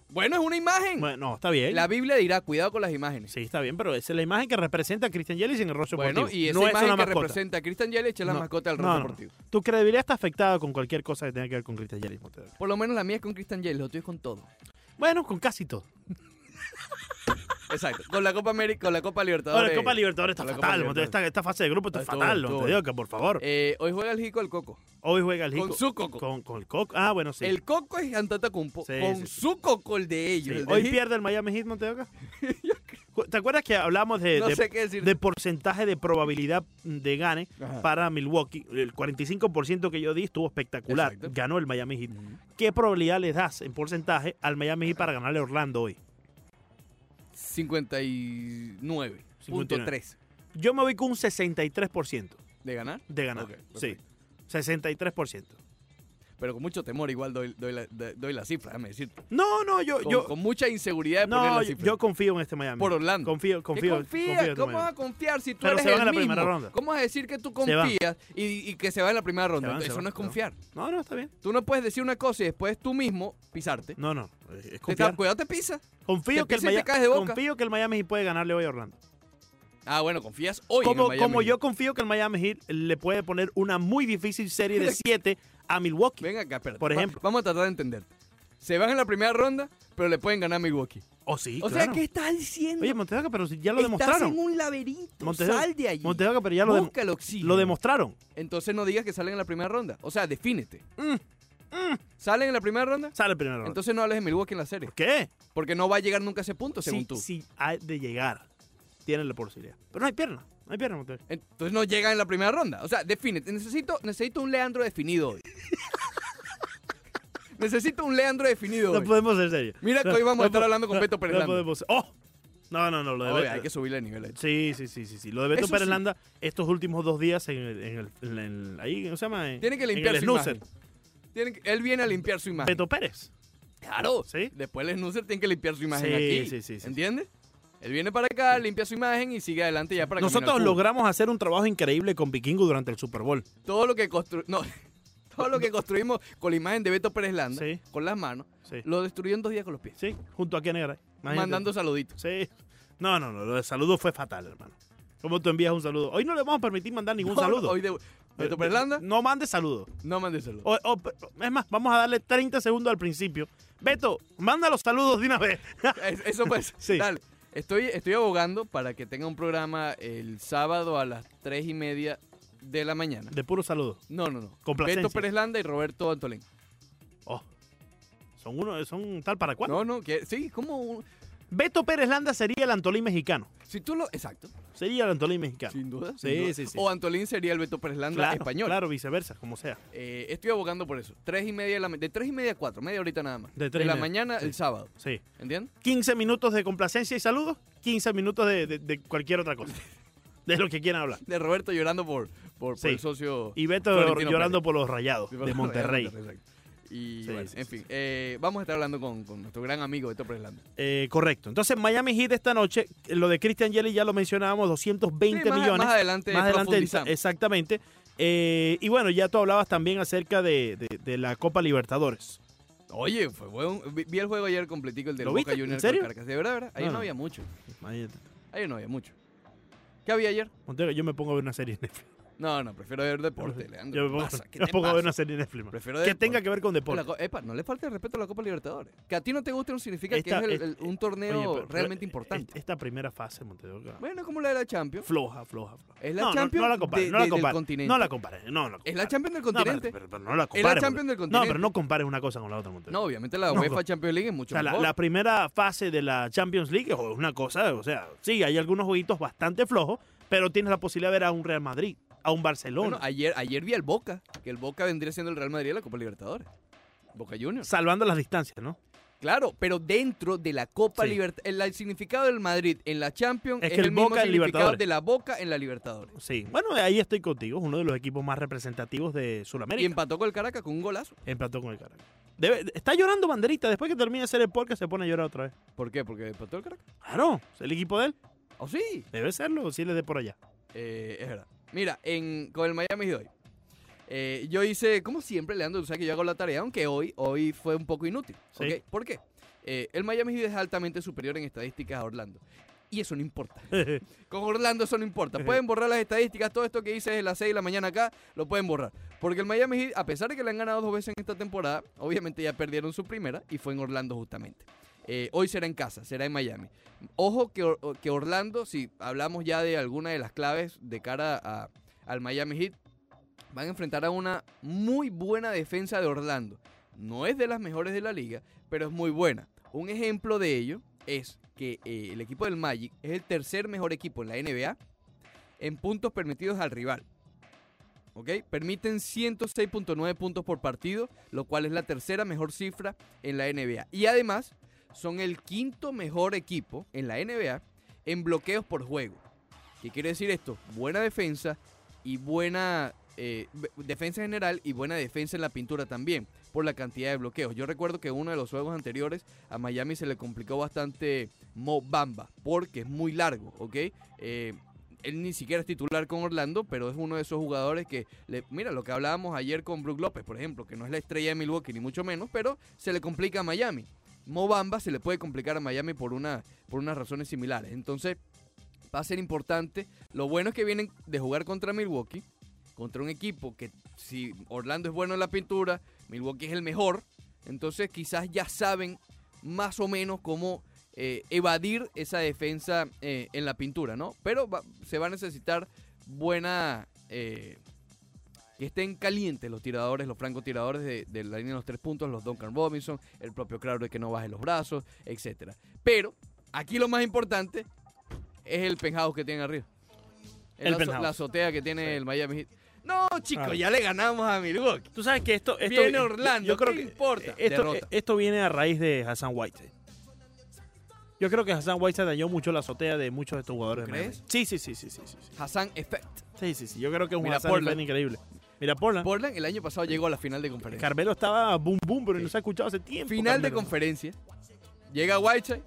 Speaker 1: Bueno, es una imagen.
Speaker 2: Bueno, no, está bien.
Speaker 1: La Biblia dirá, cuidado con las imágenes.
Speaker 2: Sí, está bien, pero esa es la imagen que representa a Christian Yelich en el rostro
Speaker 1: Bueno,
Speaker 2: deportivo.
Speaker 1: y esa
Speaker 2: no es
Speaker 1: imagen
Speaker 2: una
Speaker 1: que
Speaker 2: mascota.
Speaker 1: representa a Christian Yelich es la
Speaker 2: No,
Speaker 1: mascota del
Speaker 2: no,
Speaker 1: Rojo
Speaker 2: no, no.
Speaker 1: Deportivo.
Speaker 2: Tu credibilidad está afectada con cualquier cosa que tenga que ver con Christian Yelich. Montero.
Speaker 1: Por lo menos la mía es con Christian Yelich, lo tuyo es con todo.
Speaker 2: Bueno, con casi todo.
Speaker 1: Exacto. Con la Copa América, con la Copa Libertadores.
Speaker 2: Ahora, Copa Libertadores está
Speaker 1: la Copa
Speaker 2: fatal, Montero.
Speaker 1: Libertadores.
Speaker 2: Esta, esta fase de grupo está
Speaker 1: Ah, estuvo
Speaker 2: fatal,
Speaker 1: bueno, estuvo
Speaker 2: Montero, por favor.
Speaker 1: Eh, hoy juega el Jico el Coco.
Speaker 2: Hoy juega el Jico.
Speaker 1: Con su Coco.
Speaker 2: Con, con el Coco. Ah, bueno, sí.
Speaker 1: El Coco es Antata Cumpo.
Speaker 2: Sí,
Speaker 1: con
Speaker 2: sí, sí.
Speaker 1: su Coco, el de
Speaker 2: Sí,
Speaker 1: ellos. el de
Speaker 2: Hoy
Speaker 1: Jico.
Speaker 2: pierde el Miami Heat, Monteoca. ¿Te acuerdas que hablamos de,
Speaker 1: No
Speaker 2: de-
Speaker 1: sé qué decir.
Speaker 2: de porcentaje de probabilidad de gane
Speaker 1: Ajá.
Speaker 2: para Milwaukee? El 45% que yo di estuvo espectacular.
Speaker 1: Exacto.
Speaker 2: Ganó el Miami Heat.
Speaker 1: Ujú.
Speaker 2: ¿Qué probabilidad le das en porcentaje al Miami Heat para ganarle a Orlando hoy?
Speaker 1: 59.3
Speaker 2: Yo me voy con un 63%
Speaker 1: de ganar.
Speaker 2: de ganar.
Speaker 1: Ok, perfecto.
Speaker 2: sí, 63%.
Speaker 1: Pero con mucho temor igual doy, doy la, doy la cifra, déjame decirte.
Speaker 2: No, no, yo,
Speaker 1: Con,
Speaker 2: yo,
Speaker 1: con mucha inseguridad de poner
Speaker 2: no,
Speaker 1: la
Speaker 2: yo,
Speaker 1: cifra.
Speaker 2: yo confío en este Miami.
Speaker 1: por Orlando.
Speaker 2: Confío, confío.
Speaker 1: ¿Qué confías?
Speaker 2: confío en este
Speaker 1: ¿Cómo vas
Speaker 2: Miami.
Speaker 1: a confiar si tú
Speaker 2: Pero
Speaker 1: eres
Speaker 2: se van
Speaker 1: el
Speaker 2: en la
Speaker 1: mismo?
Speaker 2: primera ronda.
Speaker 1: ¿Cómo vas a decir que tú
Speaker 2: Se van.
Speaker 1: confías y, y que se va en la primera ronda?
Speaker 2: Se van,
Speaker 1: Entonces,
Speaker 2: se
Speaker 1: eso
Speaker 2: van,
Speaker 1: no es
Speaker 2: se van.
Speaker 1: confiar.
Speaker 2: No, no, está bien.
Speaker 1: Tú no puedes decir una cosa y después tú mismo pisarte.
Speaker 2: No, no. es- Es
Speaker 1: Te-
Speaker 2: confiar.
Speaker 1: cuidado, te pisa.
Speaker 2: Confío
Speaker 1: te
Speaker 2: que, el
Speaker 1: pisa y te
Speaker 2: Miami,
Speaker 1: caes de boca.
Speaker 2: confío que el Miami Heat puede ganarle hoy a Orlando.
Speaker 1: Ah, bueno, confías hoy en el
Speaker 2: Como,
Speaker 1: Miami
Speaker 2: como
Speaker 1: Heat.
Speaker 2: yo confío que el Miami Heat le puede poner una muy difícil serie de 7 a Milwaukee.
Speaker 1: Ven acá, espérate.
Speaker 2: Por
Speaker 1: Va-
Speaker 2: ejemplo.
Speaker 1: vamos a tratar de entenderte. Se van en la primera ronda, pero le pueden ganar a Milwaukee.
Speaker 2: O Oh, sí,
Speaker 1: o sea,
Speaker 2: claro.
Speaker 1: ¿qué estás diciendo?
Speaker 2: Oye, Montedoca, pero si ya lo
Speaker 1: Estás
Speaker 2: demostraron.
Speaker 1: en un laberinto.
Speaker 2: Montejo-
Speaker 1: Sal de allí.
Speaker 2: Montedoca, pero ya lo, dem-
Speaker 1: Busca el oxígeno.
Speaker 2: lo demostraron.
Speaker 1: Entonces no digas que salen en la primera ronda. O sea, defínete.
Speaker 2: Mm,
Speaker 1: ¿Salen en la primera ronda?
Speaker 2: Sale primero.
Speaker 1: Entonces no hables de Milwaukee en la serie.
Speaker 2: ¿Por qué?
Speaker 1: Porque no va a llegar nunca a ese punto, según
Speaker 2: si,
Speaker 1: tú.
Speaker 2: si ha de llegar, tienen la posibilidad. Pero no hay pierna. No hay pierna, Montedoca.
Speaker 1: Entonces no llegan en la primera ronda. O sea, defínete. Necesito, necesito un Leandro definido hoy. necesito un Leandro definido
Speaker 2: No
Speaker 1: hoy.
Speaker 2: podemos ser serios.
Speaker 1: Mira que hoy vamos a estar hablando con Beto Pérez
Speaker 2: No
Speaker 1: Landa.
Speaker 2: podemos ser- ¡Oh! No, no, no. Lo de
Speaker 1: Oye,
Speaker 2: Beto-
Speaker 1: hay que subirle el nivel. a esto.
Speaker 2: Sí, sí, sí, sí, sí. Lo de Beto
Speaker 1: Eso
Speaker 2: Pérez
Speaker 1: sí.
Speaker 2: Landa, estos últimos dos días en el, en el- en el- ahí, ¿cómo se llama? En-
Speaker 1: Tiene que
Speaker 2: en
Speaker 1: limpiar
Speaker 2: el
Speaker 1: su
Speaker 2: snoozer.
Speaker 1: imagen. Tiene que- él viene a limpiar su imagen.
Speaker 2: Beto Pérez.
Speaker 1: Claro.
Speaker 2: Sí.
Speaker 1: Después el snoozer tiene que limpiar su imagen
Speaker 2: Sí,
Speaker 1: aquí.
Speaker 2: sí, sí, sí.
Speaker 1: ¿Entiendes? Él viene para acá, limpia su imagen y sigue adelante ya para
Speaker 2: Nosotros
Speaker 1: caminar al fútbol.
Speaker 2: logramos hacer un trabajo increíble con Vikingo durante el Super Bowl.
Speaker 1: todo lo que constru- no, todo lo que construimos con la imagen de Beto Pérez Landa,
Speaker 2: Sí.
Speaker 1: con las manos,
Speaker 2: Sí.
Speaker 1: lo destruyó en dos días con los pies.
Speaker 2: Sí, junto a Ken Garay. Imagínate.
Speaker 1: Mandando saluditos.
Speaker 2: Sí. No, no, no. Lo del saludo fue fatal, hermano. ¿Cómo tú envías un saludo? Hoy no le vamos a permitir mandar ningún
Speaker 1: No,
Speaker 2: saludo. Eh,
Speaker 1: Hoy de Beto Pérez Landa,
Speaker 2: No mande saludo.
Speaker 1: no mande saludos.
Speaker 2: O- o- es más, vamos a darle 30 segundos al principio. Beto, manda los saludos de una vez.
Speaker 1: Es- Eso pues,
Speaker 2: Sí.
Speaker 1: dale. Estoy, estoy abogando para que tenga un programa el sábado a las tres y media de la mañana.
Speaker 2: De puro saludo.
Speaker 1: No, no, no.
Speaker 2: Complacencia.
Speaker 1: Beto Pérez Landa y Roberto Antolín.
Speaker 2: Oh. Son uno, son tal para cual.
Speaker 1: No, no, que sí, como un-
Speaker 2: Beto Pérez Landa sería el Antolín mexicano.
Speaker 1: si tú lo exacto,
Speaker 2: Sería el Antolín mexicano.
Speaker 1: sin duda,
Speaker 2: Sí,
Speaker 1: sin duda.
Speaker 2: sí, sí.
Speaker 1: O Antolín sería el Beto Pérez Landa
Speaker 2: claro,
Speaker 1: español.
Speaker 2: Claro, viceversa, como sea.
Speaker 1: Eh, estoy abogando por eso. Tres y media de la ma- de tres y media a cuatro, media horita nada más.
Speaker 2: De
Speaker 1: De,
Speaker 2: tres y
Speaker 1: la
Speaker 2: media,
Speaker 1: mañana
Speaker 2: sí.
Speaker 1: el sábado,
Speaker 2: Sí.
Speaker 1: ¿entiendes?
Speaker 2: 15 minutos de complacencia y saludos, 15 minutos de, de- de cualquier otra cosa. De lo que quieran hablar.
Speaker 1: De Roberto llorando por, por, por
Speaker 2: Sí.
Speaker 1: el socio.
Speaker 2: Y Beto
Speaker 1: Florentino
Speaker 2: llorando por los rayados
Speaker 1: Pérez.
Speaker 2: de Monterrey.
Speaker 1: Exacto. Y
Speaker 2: Sí,
Speaker 1: bueno,
Speaker 2: sí,
Speaker 1: en
Speaker 2: sí,
Speaker 1: fin,
Speaker 2: sí.
Speaker 1: eh, vamos a estar hablando con, con nuestro gran amigo Beto Pérez Landa.
Speaker 2: Eh, correcto. Entonces, Miami Heat esta noche, lo de Christian Jelly ya lo mencionábamos, 220
Speaker 1: Sí, más,
Speaker 2: millones.
Speaker 1: más adelante
Speaker 2: Más adelante,
Speaker 1: profundizamos.
Speaker 2: exactamente. Eh, y bueno, ya tú hablabas también acerca de, de- de la Copa Libertadores.
Speaker 1: Oye, fue buen- vi, vi el juego ayer completico, el del
Speaker 2: ¿Lo
Speaker 1: Boca
Speaker 2: viste?
Speaker 1: Juniors
Speaker 2: ¿En serio?
Speaker 1: con Caracas. De verdad, de verdad, ayer
Speaker 2: No,
Speaker 1: no,
Speaker 2: no.
Speaker 1: había mucho.
Speaker 2: Imagínate.
Speaker 1: Ayer no había mucho. ¿Qué había ayer?
Speaker 2: Montero, yo me pongo a ver una serie en Netflix.
Speaker 1: No, no, prefiero ver deporte,
Speaker 2: Yo me
Speaker 1: Leandro. ¿Qué
Speaker 2: pongo-
Speaker 1: pasa? ¿Qué
Speaker 2: yo me
Speaker 1: te
Speaker 2: pongo a ver
Speaker 1: pasa?
Speaker 2: una serie en Netflix. man.
Speaker 1: Prefiero
Speaker 2: Que
Speaker 1: deporte.
Speaker 2: tenga que ver con
Speaker 1: La
Speaker 2: deporte.
Speaker 1: co- Epa, no le falte el respeto a la Copa Libertadores. Que a ti no te guste no significa
Speaker 2: Esta-
Speaker 1: que es el- el-
Speaker 2: es- eh,
Speaker 1: un torneo
Speaker 2: Oye, pero-
Speaker 1: realmente
Speaker 2: pero,
Speaker 1: importante.
Speaker 2: eh, Esta primera fase, Montero, que-
Speaker 1: bueno, es como la de la Champions.
Speaker 2: floja, floja, floja.
Speaker 1: Es la
Speaker 2: no, no-
Speaker 1: Champions
Speaker 2: no, la compares,
Speaker 1: de-
Speaker 2: no la
Speaker 1: de- del
Speaker 2: compares.
Speaker 1: continente.
Speaker 2: No la compares, no la compares.
Speaker 1: Es la Champions del
Speaker 2: No, pero-
Speaker 1: continente.
Speaker 2: pero- pero no la
Speaker 1: Es
Speaker 2: compares.
Speaker 1: la Champions del
Speaker 2: Montero.
Speaker 1: continente.
Speaker 2: No, pero no compares una cosa con la otra, Montero.
Speaker 1: No, obviamente la
Speaker 2: No,
Speaker 1: UEFA
Speaker 2: no.
Speaker 1: Champions League es
Speaker 2: O
Speaker 1: mucho
Speaker 2: sea, la,
Speaker 1: mejor.
Speaker 2: la primera fase de la Champions League es una cosa, o sea, sí, hay algunos jueguitos bastante flojos, pero tienes la posibilidad de ver a un Real Madrid, a un Barcelona,
Speaker 1: Bueno, ayer, ayer vi al Boca, que el Boca vendría siendo el Real Madrid de la Copa Libertadores. Boca Juniors.
Speaker 2: salvando las distancias, ¿no?
Speaker 1: Claro, pero dentro de la Copa
Speaker 2: Sí.
Speaker 1: Libertadores. El, el significado del Madrid en la Champions
Speaker 2: Es
Speaker 1: es,
Speaker 2: que el
Speaker 1: el, mismo
Speaker 2: Boca en
Speaker 1: significado
Speaker 2: Libertadores.
Speaker 1: de la Boca en la Libertadores.
Speaker 2: Sí, bueno, ahí estoy contigo, es uno de los equipos más representativos de
Speaker 1: Y
Speaker 2: Sudamérica.
Speaker 1: empató con el Caracas con un golazo.
Speaker 2: Empató con el Caracas. Debe- está llorando Banderita, después que termine de hacer el podcast se pone a llorar otra vez.
Speaker 1: ¿Por qué? Porque empató el Caracas.
Speaker 2: Claro, es el equipo de él,
Speaker 1: ¿Oh, sí?
Speaker 2: debe serlo, si él es de por allá.
Speaker 1: Eh, es verdad. Mira, en, con el Miami de hoy. eh, yo hice, como siempre, Leandro, tú sabes que yo hago la tarea, aunque hoy, hoy fue un poco inútil.
Speaker 2: Sí.
Speaker 1: ¿ok? ¿Por qué? Eh, el Miami Heat es altamente superior en estadísticas a Orlando. Y eso no importa. Con Orlando eso no importa. Pueden borrar las estadísticas, todo esto que hice de las 6 de la mañana acá, lo pueden borrar. Porque el Miami Heat, a pesar de que le han ganado dos veces en esta temporada, obviamente ya perdieron su primera y fue en Orlando justamente. Eh, hoy será en casa, será en Miami. Ojo que, Or- que Orlando, si hablamos ya de alguna de las claves de cara a- al Miami Heat, van a enfrentar a una muy buena defensa de Orlando. No es de las mejores de la liga, pero es muy buena. Un ejemplo de ello es que eh, el equipo del Magic es el tercer mejor equipo en la NBA en puntos permitidos al rival. ¿Ok? Permiten 106.9 puntos por partido, lo cual es la tercera mejor cifra en la NBA. Y además son el quinto mejor equipo en la NBA en bloqueos por juego. ¿Qué quiere decir esto? Buena defensa y buena eh, be- defensa en general y buena defensa en la pintura también por la cantidad de bloqueos. Yo recuerdo que uno de los juegos anteriores a Miami se le complicó bastante Mo Bamba porque es muy largo, ¿ok? Eh, él ni siquiera es titular con Orlando, pero es uno de esos jugadores que, le- mira, lo que hablábamos ayer con Brook López, por ejemplo, que no es la estrella de Milwaukee ni mucho menos, pero se le complica a Miami. Mo Bamba se le puede complicar a Miami por, una, por unas razones similares. Entonces, va a ser importante. Lo bueno es que vienen de jugar contra Milwaukee, contra un equipo que si Orlando es bueno en la pintura, Milwaukee es el mejor. Entonces quizás ya saben más o menos cómo eh, evadir esa defensa eh, en la pintura, ¿no? Pero va- se va a necesitar buena... eh, que estén calientes los tiradores, los francotiradores de, de la línea de los tres puntos, los Duncan Robinson, el propio Crowder que no baje los brazos, etcétera. Pero aquí lo más importante es el penthouse que tienen arriba. Es
Speaker 2: El
Speaker 1: la, azo-
Speaker 2: penthouse.
Speaker 1: la azotea que tiene
Speaker 2: Sí.
Speaker 1: el Miami Heat. No, chicos,
Speaker 2: Ah.
Speaker 1: ya le ganamos a Milwaukee.
Speaker 2: Tú sabes que esto. esto
Speaker 1: Viene Orlando, ¿qué importa?
Speaker 2: Esto,
Speaker 1: Derrota.
Speaker 2: esto viene a raíz de Hassan White. Yo creo que Hassan White se dañó mucho la azotea de muchos de estos jugadores.
Speaker 1: ¿Tú
Speaker 2: de Miami.
Speaker 1: crees?
Speaker 2: Sí, sí, sí, sí, sí, sí, sí.
Speaker 1: Hassan Effect.
Speaker 2: Sí, sí, sí. Yo creo que es un
Speaker 1: Mira,
Speaker 2: Hassan
Speaker 1: Portland.
Speaker 2: Whitman increíble. Mira, Portland.
Speaker 1: Portland el año pasado llegó a la final de conferencia.
Speaker 2: Carmelo estaba boom boom, pero
Speaker 1: Sí.
Speaker 2: no se ha escuchado hace tiempo.
Speaker 1: Final de
Speaker 2: Carmelo.
Speaker 1: conferencia. Llega Whiteside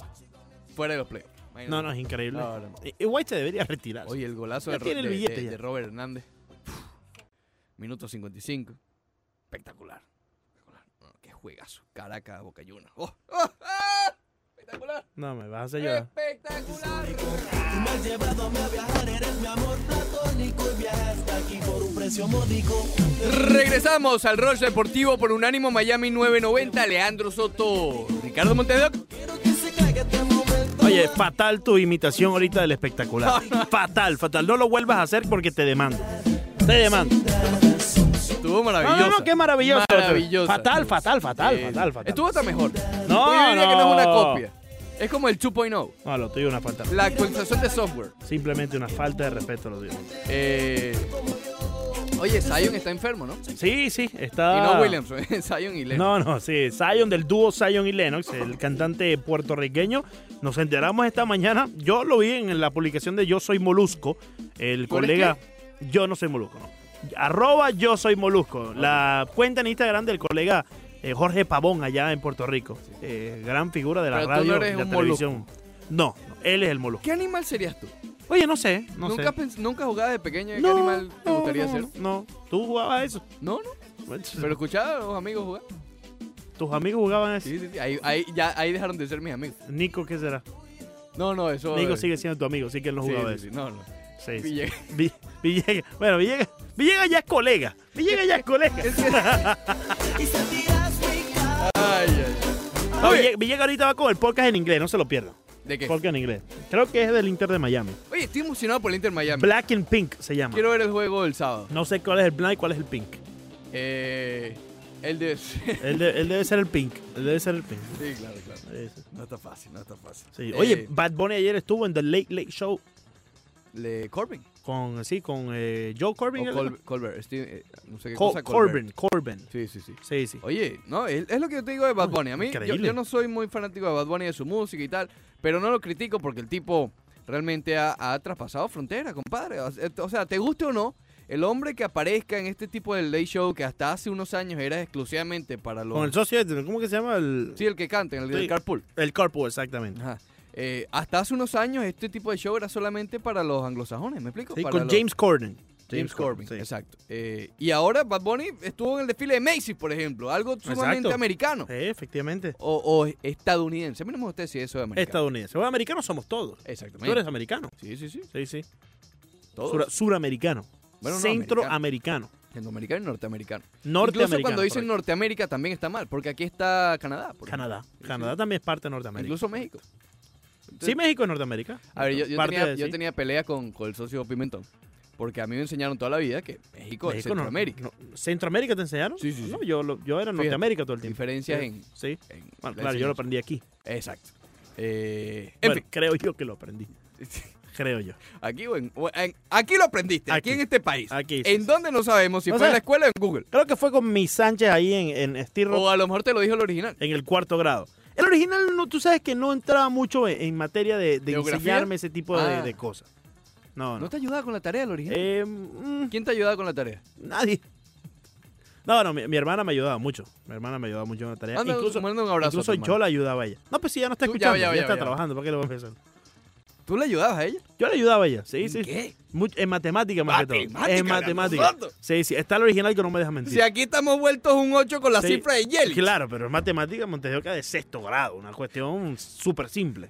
Speaker 1: fuera de los playoffs. Imagínate.
Speaker 2: No, no, es increíble.
Speaker 1: No, no.
Speaker 2: Y- y White se debería retirar.
Speaker 1: Oye, el golazo
Speaker 2: Ya
Speaker 1: de, Ro-
Speaker 2: tiene el
Speaker 1: de-
Speaker 2: billete
Speaker 1: de-
Speaker 2: ya.
Speaker 1: de Robert Hernández. Uf. Minuto 55. Espectacular. Espectacular. No, qué juegazo. Caracas, Boca Juniors. ¡Oh! ¡Oh! ¡Ah! Espectacular.
Speaker 2: No, me vas a
Speaker 1: Eh.
Speaker 2: hacer llorar.
Speaker 1: Espectacular.
Speaker 3: Tú me has llevado a viajar, eres mi amor platónico y viajas hasta aquí por un precio módico.
Speaker 1: Regresamos al Rush Deportivo por Unánimo Miami 990. Leandro Soto, Ricardo Montedoc.
Speaker 3: Quiero que se caiga este momento.
Speaker 2: Oye, fatal tu imitación ahorita del espectacular. fatal, fatal. No lo vuelvas a hacer porque te demando. Te demando.
Speaker 1: Estuvo maravilloso.
Speaker 2: No, no, no, qué maravilloso.
Speaker 1: Maravilloso.
Speaker 2: Fatal, fatal, fatal, fatal, fatal.
Speaker 1: Estuvo hasta mejor.
Speaker 2: No,
Speaker 1: Yo diría que no es una
Speaker 2: no.
Speaker 1: copia. Es como el 2.0,
Speaker 2: No, lo tuyo es una falta.
Speaker 1: la actualización de software.
Speaker 2: Simplemente una falta de respeto, lo digo.
Speaker 1: Eh, oye, Zion está enfermo, ¿no?
Speaker 2: Sí, sí, está.
Speaker 1: Y no Williamson, Zion y Lennon.
Speaker 2: Ah. No, no, sí. Zion del dúo Zion y Lennox, el cantante puertorriqueño. Nos enteramos esta mañana. Yo lo vi en la publicación de Yo Soy Molusco. El
Speaker 1: ¿Tú eres
Speaker 2: colega. Yo no soy Molusco, no. Arroba Yo Soy Molusco. La cuenta en Instagram del colega eh, Jorge Pavón allá en Puerto Rico. Eh, gran figura de la
Speaker 1: Pero tú no
Speaker 2: radio
Speaker 1: eres
Speaker 2: y la
Speaker 1: un
Speaker 2: televisión. No, no, él es el Molusco.
Speaker 1: ¿Qué animal serías tú?
Speaker 2: Oye, no sé, no
Speaker 1: ¿Nunca,
Speaker 2: sé.
Speaker 1: pens- ¿Nunca jugabas de pequeño? ¿Qué animal te gustaría
Speaker 2: no,
Speaker 1: ser?
Speaker 2: No, tú jugabas a eso.
Speaker 1: No, no. Pero escuchaba a los amigos jugar.
Speaker 2: Tus amigos jugaban a eso.
Speaker 1: Sí, sí, sí. Ahí, ahí- ya, ahí dejaron de ser mis amigos.
Speaker 2: Nico, ¿qué será?
Speaker 1: No, no, eso.
Speaker 2: Nico
Speaker 1: eh,
Speaker 2: sigue siendo tu amigo, así que él no
Speaker 1: sí,
Speaker 2: jugaba a
Speaker 1: sí,
Speaker 2: eso.
Speaker 1: sí, no, no.
Speaker 2: Sí, sí.
Speaker 1: Villegas.
Speaker 2: Vi- Villegas. Bueno, Villegas. Villegas ya es colega. Villegas ya es colega.
Speaker 1: Es que- ay,
Speaker 3: Y sentirás mi calor.
Speaker 1: ay, ay.
Speaker 2: No,
Speaker 1: Oye,
Speaker 2: Ville- Villegas ahorita va con el podcast en inglés, no se lo pierdan.
Speaker 1: ¿de qué?
Speaker 2: Podcast en inglés. Creo que es del Inter de Miami.
Speaker 1: Oye, estoy emocionado por el Inter Miami.
Speaker 2: Black and Pink se llama.
Speaker 1: Quiero ver el juego del sábado.
Speaker 2: No sé cuál es el black y cuál es el pink.
Speaker 1: Eh, el de. Sí,
Speaker 2: Él, de- él debe ser el pink. Él debe ser el pink.
Speaker 1: claro, claro.
Speaker 2: Eso.
Speaker 1: No está fácil, no está fácil.
Speaker 2: Sí.
Speaker 1: Eh,
Speaker 2: Oye, Bad Bunny ayer estuvo en The Late Late Show
Speaker 1: Le Corbin.
Speaker 2: con, sí, con eh, Joe Corbin.
Speaker 1: O
Speaker 2: ¿era?
Speaker 1: Col- Colbert. Steve- eh, no sé qué
Speaker 2: Col-
Speaker 1: cosa.
Speaker 2: Corbin. Corbin.
Speaker 1: Sí, sí, sí.
Speaker 2: Sí, sí.
Speaker 1: Oye, no, es, es lo que yo te digo de Bad
Speaker 2: Uy,
Speaker 1: Bunny. A mí, yo- yo,
Speaker 2: increíble.
Speaker 1: no soy muy fanático de Bad Bunny, de su música y tal, pero no lo critico porque el tipo realmente ha, ha traspasado fronteras, compadre. O sea, O sea, te guste o no, el hombre que aparezca en este tipo de late show que hasta hace unos años era exclusivamente para los...
Speaker 2: Con el socio, de- ¿cómo que se llama? El,
Speaker 1: sí, el que canta, el del
Speaker 2: Sí.
Speaker 1: carpool.
Speaker 2: el Carpool, exactamente.
Speaker 1: Ajá. Eh, hasta hace unos años este tipo de show era solamente para los anglosajones, ¿me explico?
Speaker 2: Sí,
Speaker 1: Para
Speaker 2: con
Speaker 1: los-
Speaker 2: James Corden.
Speaker 1: James Corbin,
Speaker 2: sí.
Speaker 1: exacto. Eh, y ahora Bad Bunny estuvo en el desfile de Macy's, por ejemplo, algo sumamente
Speaker 2: Exacto.
Speaker 1: americano.
Speaker 2: Sí, efectivamente.
Speaker 1: o, o estadounidense. A mí no me gusta decir eso de americano.
Speaker 2: Estadounidense. Bueno, americanos somos todos. Tú
Speaker 1: Exactamente.
Speaker 2: eres americano.
Speaker 1: Sí, sí, sí.
Speaker 2: Sí, sí.
Speaker 1: Todos.
Speaker 2: Sura- suramericano.
Speaker 1: Bueno, no,
Speaker 2: Centroamericano.
Speaker 1: Centroamericano y norteamericano.
Speaker 2: Norteamericano.
Speaker 1: Incluso cuando dicen
Speaker 2: correcto.
Speaker 1: Norteamérica también está mal, porque aquí está Canadá. por ejemplo.
Speaker 2: Canadá.
Speaker 1: Sí,
Speaker 2: Canadá
Speaker 1: sí.
Speaker 2: también es parte de Norteamérica.
Speaker 1: Incluso México.
Speaker 2: sí, México es Norteamérica.
Speaker 1: A ver, yo, yo
Speaker 2: Parte
Speaker 1: tenía,
Speaker 2: de-
Speaker 1: yo
Speaker 2: sí.
Speaker 1: tenía pelea con, con el socio Pimentón, porque a mí me enseñaron toda la vida que México, es
Speaker 2: México no-
Speaker 1: Centroamérica.
Speaker 2: no- ¿Centroamérica te enseñaron?
Speaker 1: Sí, sí, sí.
Speaker 2: No, yo, lo- yo era
Speaker 1: Fíjate,
Speaker 2: Norteamérica todo el tiempo.
Speaker 1: diferencias
Speaker 2: Sí.
Speaker 1: en-
Speaker 2: Sí.
Speaker 1: en la
Speaker 2: Bueno, claro, yo lo
Speaker 1: enseñanza.
Speaker 2: aprendí aquí.
Speaker 1: Exacto. Eh, en
Speaker 2: Bueno, creo yo que lo aprendí.
Speaker 1: fin.
Speaker 2: Creo yo.
Speaker 1: Aquí, o en- o en- aquí lo aprendiste, aquí,
Speaker 2: Aquí.
Speaker 1: en este país.
Speaker 2: Aquí, sí,
Speaker 1: ¿En
Speaker 2: sí.
Speaker 1: dónde no sabemos? Si
Speaker 2: No
Speaker 1: fue en
Speaker 2: sé.
Speaker 1: la escuela o en Google.
Speaker 2: Creo que fue con mi Sánchez ahí en, en Steve Rock
Speaker 1: Oh. O a lo mejor te lo dijo el original.
Speaker 2: en el cuarto grado. El original, no, tú sabes que no entraba mucho en, en materia de, de
Speaker 1: ¿Geografía?
Speaker 2: enseñarme ese tipo de,
Speaker 1: Ah.
Speaker 2: de cosas. No, no.
Speaker 1: ¿No te ayudaba con la tarea el original?
Speaker 2: Eh, mm,
Speaker 1: ¿Quién te ayudaba con la tarea?
Speaker 2: nadie. No, no, mi, mi hermana me ayudaba mucho. Mi hermana me ayudaba mucho en la tarea.
Speaker 1: Anda,
Speaker 2: Eh, incluso
Speaker 1: manda un abrazo. a
Speaker 2: incluso
Speaker 1: tu
Speaker 2: yo
Speaker 1: hermano.
Speaker 2: la ayudaba a ella. No, pues sí, ya no está
Speaker 1: Tú- ya,
Speaker 2: escuchando, ya,
Speaker 1: ya, ya,
Speaker 2: está
Speaker 1: ya.
Speaker 2: trabajando. ¿Para qué le voy a pensar?
Speaker 1: ¿Tú le ayudabas a ella?
Speaker 2: Yo la ayudaba a ella, sí,
Speaker 1: ¿En
Speaker 2: sí.
Speaker 1: ¿Qué?
Speaker 2: Mucho- en matemática más que todo.
Speaker 1: Matemática,
Speaker 2: En
Speaker 1: Leandro
Speaker 2: matemática.
Speaker 1: Soto.
Speaker 2: Sí, sí. Está el original que no me deja mentir.
Speaker 1: Si aquí estamos vueltos un 8 con la
Speaker 2: Sí.
Speaker 1: cifra de Yeli.
Speaker 2: Claro, pero en matemática Montes de Oca de sexto grado, una cuestión súper simple.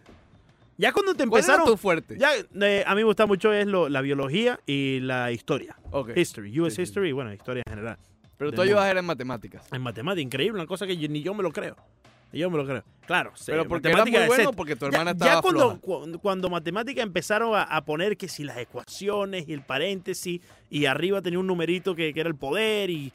Speaker 2: Ya cuando te
Speaker 1: ¿Cuál era
Speaker 2: empezaron...
Speaker 1: tu fuerte?
Speaker 2: Ya, eh, a mí me gusta mucho es lo- la biología y la historia.
Speaker 1: Ok.
Speaker 2: History, US
Speaker 1: Sí, sí, sí.
Speaker 2: History y bueno, historia en general.
Speaker 1: Pero
Speaker 2: del
Speaker 1: tú ayudabas
Speaker 2: mundo.
Speaker 1: era en matemáticas.
Speaker 2: En matemática, increíble, una cosa que yo- ni yo me lo creo. Ni yo me lo creo. Claro, sí,
Speaker 1: Pero porque era muy
Speaker 2: matemática de
Speaker 1: bueno
Speaker 2: sexto.
Speaker 1: porque tu
Speaker 2: Ya-
Speaker 1: hermana
Speaker 2: ya,
Speaker 1: estaba
Speaker 2: cuando,
Speaker 1: floja.
Speaker 2: cu- cuando matemática empezaron a, a poner que si las ecuaciones y el paréntesis y arriba tenía un numerito que, que era el poder y...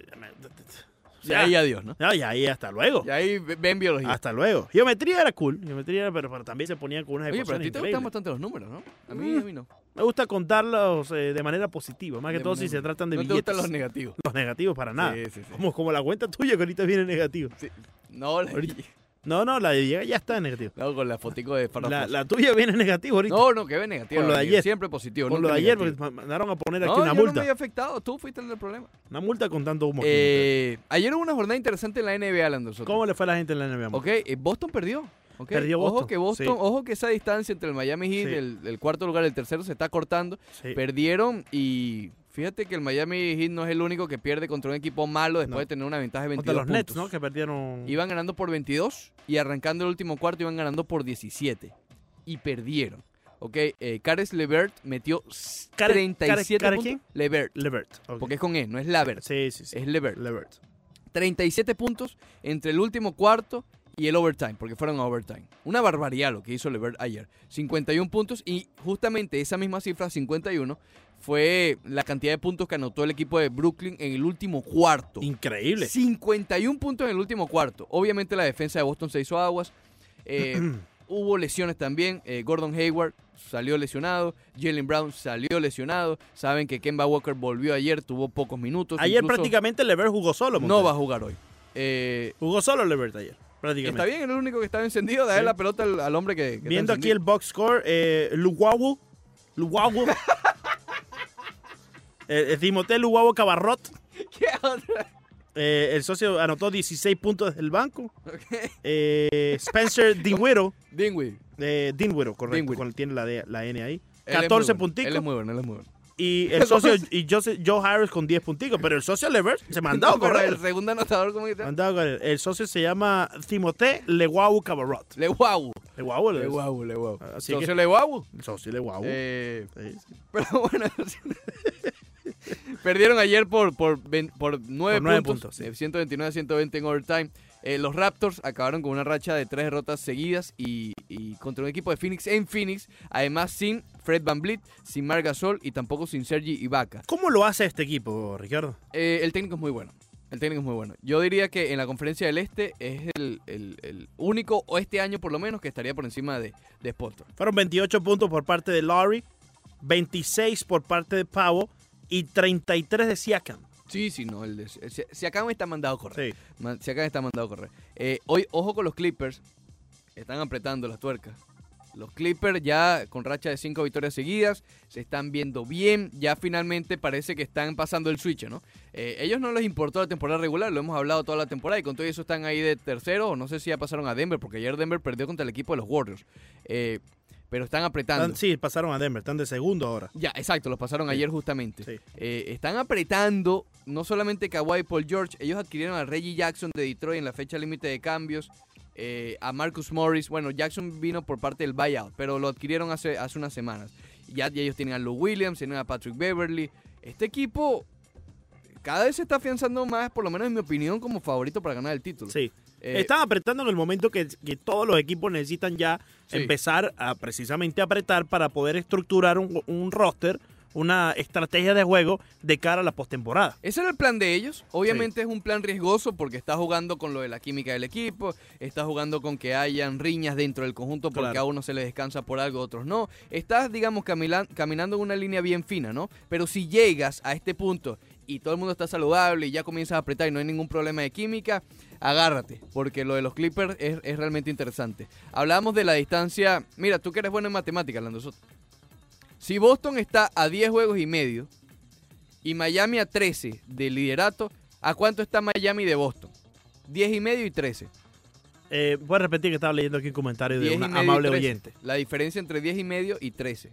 Speaker 2: eh, O
Speaker 1: Y ahí adiós, ¿no?
Speaker 2: no, y ahí hasta luego.
Speaker 1: Y ahí ve- ven biología.
Speaker 2: Hasta luego. Geometría era cool. Geometría era, pero, pero también se ponía con unas
Speaker 1: Oye, pero a
Speaker 2: ecuaciones
Speaker 1: ti te
Speaker 2: increíbles.
Speaker 1: gustan bastante los números, ¿no? A mí,
Speaker 2: Mm.
Speaker 1: a mí no.
Speaker 2: Me gusta contarlos eh, de manera positiva, más que
Speaker 1: De
Speaker 2: todo si
Speaker 1: manera-
Speaker 2: se tratan de
Speaker 1: No te
Speaker 2: billetes.
Speaker 1: gustan los negativos.
Speaker 2: Los negativos para nada.
Speaker 1: Sí, sí, sí.
Speaker 2: Como, como la cuenta tuya que ahorita viene negativo.
Speaker 1: No, la-
Speaker 2: Ahorita- No, no, la de Diego ya está en negativo.
Speaker 1: no, con la fotico de Farrah
Speaker 2: La,
Speaker 1: Fawcett.
Speaker 2: la tuya viene en negativo ahorita.
Speaker 1: No, no, que ve negativo.
Speaker 2: Por lo de
Speaker 1: Gabriel.
Speaker 2: ayer.
Speaker 1: Siempre positivo.
Speaker 2: Por lo
Speaker 1: nunca
Speaker 2: de ayer, porque
Speaker 1: negativo.
Speaker 2: ma- mandaron a poner
Speaker 1: No,
Speaker 2: aquí una
Speaker 1: yo no me
Speaker 2: multa.
Speaker 1: había afectado. Tú fuiste el del problema.
Speaker 2: Una multa con tanto humo. aquí.
Speaker 1: Eh, ayer hubo una jornada interesante en la NBA, Landon Soto.
Speaker 2: ¿Cómo le fue a la gente en la NBA?
Speaker 1: Ok, eh, Boston perdió. ok.
Speaker 2: Perdió
Speaker 1: Ojo
Speaker 2: Boston,
Speaker 1: que Boston,
Speaker 2: sí.
Speaker 1: ojo que esa distancia entre el Miami Heat,
Speaker 2: Sí.
Speaker 1: el, el cuarto lugar, el tercero, se está cortando.
Speaker 2: Sí.
Speaker 1: Perdieron y fíjate que el Miami Heat no es el único que pierde contra un equipo malo después
Speaker 2: No.
Speaker 1: de tener una ventaja de 22
Speaker 2: Contra los Nets,
Speaker 1: puntos.
Speaker 2: ¿no? Que perdieron.
Speaker 1: Iban ganando por 22 y arrancando el último cuarto iban ganando por 17 y perdieron. Ok, eh, Caris Levert metió s-
Speaker 2: Care-
Speaker 1: 37
Speaker 2: Care- Care
Speaker 1: puntos.
Speaker 2: quién?
Speaker 1: Levert,
Speaker 2: Levert. ok.
Speaker 1: porque es con E, no es Lavert,
Speaker 2: Sí, sí, sí.
Speaker 1: es Levert.
Speaker 2: Levert.
Speaker 1: 37 puntos entre el último cuarto y el overtime, porque fueron a overtime. Una barbaridad lo que hizo Levert ayer. 51 puntos y justamente esa misma cifra, 51, fue la cantidad de puntos que anotó el equipo de Brooklyn en el último cuarto.
Speaker 2: Increíble.
Speaker 1: 51 puntos en el último cuarto. Obviamente la defensa de Boston se hizo aguas. Eh, hubo lesiones también. Eh, Gordon Hayward salió lesionado. Jalen Brown salió lesionado. Saben que Kemba Walker volvió ayer, tuvo pocos minutos.
Speaker 2: Ayer
Speaker 1: Incluso
Speaker 2: prácticamente Levert jugó solo.
Speaker 1: no
Speaker 2: Montes.
Speaker 1: va a jugar hoy. Eh,
Speaker 2: Jugó solo Levert ayer. Prácticamente.
Speaker 1: está bien, era el único que estaba encendido. Dale
Speaker 2: Sí.
Speaker 1: la pelota al, al hombre que, que está
Speaker 2: Viendo aquí el
Speaker 1: encendido.
Speaker 2: box score, eh, Luwawu. Luwawu. eh, eh, Timothée Luwawu Cabarrot.
Speaker 1: ¿Qué otra?
Speaker 2: eh, el socio anotó 16 puntos desde el banco. Eh, Spencer Dinwiddie.
Speaker 1: Dinwiddie.
Speaker 2: Eh, Dinwiddie, correcto.
Speaker 1: Dinwiddie.
Speaker 2: con- tiene la, D- la N ahí.
Speaker 1: Él es muy
Speaker 2: 14
Speaker 1: bueno, Él es
Speaker 2: punticos.
Speaker 1: muy bueno, él es muy bueno.
Speaker 2: Y el socio y Joseph- Joe Harris con 10 punticos. Pero el socio Levert se mandó a
Speaker 1: No, pero
Speaker 2: correr.
Speaker 1: El segundo anotador, ¿cómo que se llama?
Speaker 2: Mandado a correr. El socio se llama Timothée Lewawu Cabarrot.
Speaker 1: Le guau.
Speaker 2: Lewawu.
Speaker 1: Le
Speaker 2: Le
Speaker 1: guau, le guau.
Speaker 2: Así
Speaker 1: Entonces
Speaker 2: que-
Speaker 1: le guau.
Speaker 2: El socio Lewawu.
Speaker 1: Eh,
Speaker 2: Sí, sí.
Speaker 1: Pero bueno, perdieron ayer por, por, ven- por 9,
Speaker 2: Por nueve
Speaker 1: puntos,
Speaker 2: puntos, sí.
Speaker 1: eh, 129 120 en overtime. Eh, los Raptors acabaron con una racha de tres derrotas seguidas y, y contra un equipo de Phoenix en Phoenix, además sin Fred Van Vliet, sin Marc Gasol y tampoco sin Sergi Ibaka.
Speaker 2: ¿Cómo lo hace este equipo, Ricardo?
Speaker 1: Eh, el técnico es muy bueno. El técnico es muy bueno. Yo diría que en la conferencia del Este es el, el- el único, o este año por lo menos, que estaría por encima de, de Spotter.
Speaker 2: Fueron 28 puntos por parte de Lowry, 26 por parte de Pavo y 33 de Siakam.
Speaker 1: Sí, sí, no. El de, si, si acá me está este mandado correcto.
Speaker 2: Sí.
Speaker 1: Man- Si acá está mandado a correr. Eh, hoy, ojo con los Clippers. Están apretando las tuercas. Los Clippers ya con racha de cinco victorias seguidas. Se están viendo bien. Ya finalmente parece que están pasando el switch, ¿no? Eh, ellos no les importó la temporada regular. Lo hemos hablado toda la temporada. Y con todo eso están ahí de tercero. O no sé si ya pasaron a Denver. Porque ayer Denver perdió contra el equipo de los Warriors. Eh, pero están apretando.
Speaker 2: Están- sí, pasaron a Denver, están de segundo ahora.
Speaker 1: Ya, exacto, los pasaron
Speaker 2: Sí.
Speaker 1: ayer justamente.
Speaker 2: Sí.
Speaker 1: Eh, están apretando, no solamente Kawhi y Paul George, ellos adquirieron a Reggie Jackson de Detroit en la fecha límite de cambios, eh, a Marcus Morris, bueno, Jackson vino por parte del buyout, pero lo adquirieron hace, hace unas semanas. Ya, ya ellos tienen a Lou Williams, tienen a Patrick Beverly. Este equipo cada vez se está afianzando más, por lo menos en mi opinión, como favorito para ganar el título.
Speaker 2: Sí.
Speaker 1: Eh,
Speaker 2: están apretando en el momento que, que todos los equipos necesitan ya
Speaker 1: Sí.
Speaker 2: empezar a precisamente apretar para poder estructurar un, un roster una estrategia de juego de cara a la postemporada.
Speaker 1: Ese era el plan de ellos. Obviamente es un plan riesgoso porque está jugando con lo de la química del equipo, está jugando con que hayan riñas dentro del conjunto porque
Speaker 2: Claro.
Speaker 1: a unos se les descansa por algo, a otros no. Estás, digamos, camilan- caminando en una línea bien fina, ¿no? Pero si llegas a este punto y todo el mundo está saludable y ya comienzas a apretar y no hay ningún problema de química, agárrate, porque lo de los Clippers es, es realmente interesante. Hablábamos de la distancia. Mira, tú que eres bueno en matemáticas, Lando Soto. Si Boston está a 10 juegos y medio y Miami a 13 de liderato, ¿a cuánto está Miami de Boston? 10 y medio y 13.
Speaker 2: Eh, voy a repetir que estaba leyendo aquí un comentario
Speaker 1: 10
Speaker 2: de
Speaker 1: y
Speaker 2: una
Speaker 1: medio y
Speaker 2: amable
Speaker 1: 13.
Speaker 2: oyente.
Speaker 1: La diferencia entre 10 y medio y 13.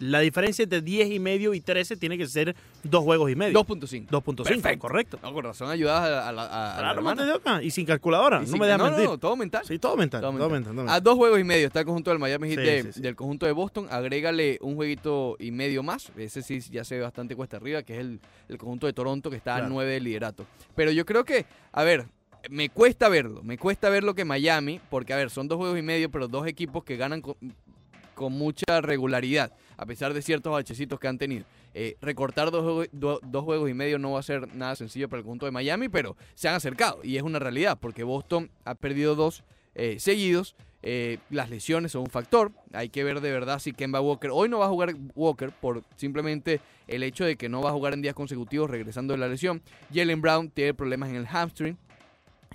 Speaker 2: La diferencia entre 10 y medio y 13 tiene que ser dos juegos y medio.
Speaker 1: 2.5.
Speaker 2: 2.5
Speaker 1: Perfecto.
Speaker 2: correcto.
Speaker 1: No, con razón ayudas a, a la- a- a la
Speaker 2: Claro,
Speaker 1: hermana.
Speaker 2: mate de oca, y sin calculadora,
Speaker 1: Y
Speaker 2: no
Speaker 1: sin-
Speaker 2: me dejas
Speaker 1: no,
Speaker 2: mentir.
Speaker 1: no, todo mental.
Speaker 2: Sí, todo mental,
Speaker 1: Todo mental.
Speaker 2: todo mental. todo
Speaker 1: A
Speaker 2: mental.
Speaker 1: dos juegos y medio está el conjunto del Miami Heat
Speaker 2: Sí,
Speaker 1: de-
Speaker 2: sí, sí.
Speaker 1: del conjunto de Boston. Agrégale un jueguito y medio más. Ese sí ya se ve bastante cuesta arriba, que es el, el conjunto de Toronto que está a
Speaker 2: Claro.
Speaker 1: nueve de liderato. Pero yo creo que, a ver, me cuesta verlo. Me cuesta verlo que Miami, porque a ver, son dos juegos y medio, pero dos equipos que ganan con, con mucha regularidad, a pesar de ciertos bachecitos que han tenido. Eh, recortar dos, juego- do- dos juegos y medio no va a ser nada sencillo para el conjunto de Miami, pero se han acercado y es una realidad, porque Boston ha perdido dos eh, seguidos. Eh, las lesiones son un factor. Hay que ver de verdad si Kemba Walker. Hoy no va a jugar Walker por simplemente el hecho de que no va a jugar en días consecutivos regresando de la lesión. Jalen Brown tiene problemas en el hamstring,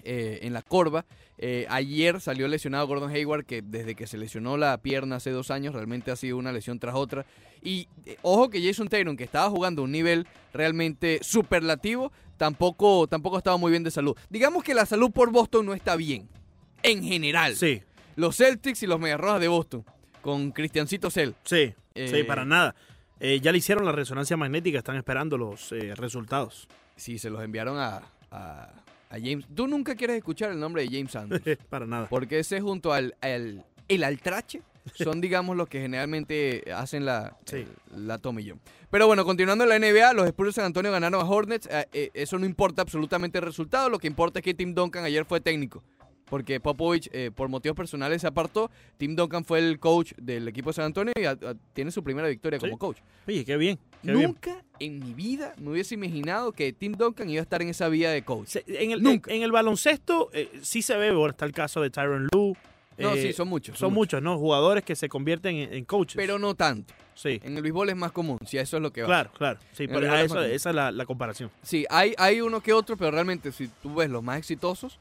Speaker 1: eh, en la corva. Eh, ayer salió lesionado Gordon Hayward, que desde que se lesionó la pierna hace dos años, realmente ha sido una lesión tras otra. Y eh, ojo que Jason Tatum, que estaba jugando a un nivel realmente superlativo, tampoco, tampoco estaba muy bien de salud. Digamos que la salud por Boston no está bien. En general
Speaker 2: Sí,
Speaker 1: los Celtics y los Mediarrojas de Boston con Cristiancito Cel.
Speaker 2: sí,
Speaker 1: Eh,
Speaker 2: sí, para nada. Eh, ya le hicieron la resonancia magnética, están esperando los eh, resultados.
Speaker 1: Sí, se los enviaron a, a- a James. Tú nunca quieres escuchar el nombre de James Sanders.
Speaker 2: para nada.
Speaker 1: porque ese junto al, al- el altrache son, digamos, los que generalmente hacen la,
Speaker 2: Sí.
Speaker 1: el- la tomillón. Pero bueno, continuando en la NBA, los Spurs de San Antonio ganaron a Hornets. Eh, eh, eso no importa absolutamente el resultado. Lo que importa es que Tim Duncan ayer fue técnico. Porque Popovich, eh, por motivos personales, se apartó. Tim Duncan fue el coach del equipo de San Antonio y a- a- tiene su primera victoria
Speaker 2: Sí.
Speaker 1: como coach.
Speaker 2: Oye, qué bien. qué bien.
Speaker 1: Nunca en mi vida me hubiese imaginado que Tim Duncan iba a estar en esa vía de coach.
Speaker 2: Se- en, el,
Speaker 1: Nunca.
Speaker 2: en el baloncesto eh, sí se ve, bueno, está el caso de Tyron Lue.
Speaker 1: No,
Speaker 2: eh,
Speaker 1: sí, son muchos.
Speaker 2: son muchos, ¿no? Jugadores que se convierten en, en coaches.
Speaker 1: Pero no tanto.
Speaker 2: sí,
Speaker 1: En el béisbol es más común, si a eso es lo que va.
Speaker 2: claro, claro. Sí,
Speaker 1: En
Speaker 2: pero
Speaker 1: el
Speaker 2: a eso-
Speaker 1: baloncesto.
Speaker 2: esa es la, la comparación.
Speaker 1: Sí, hay, hay uno que otro, pero realmente si tú ves los más exitosos,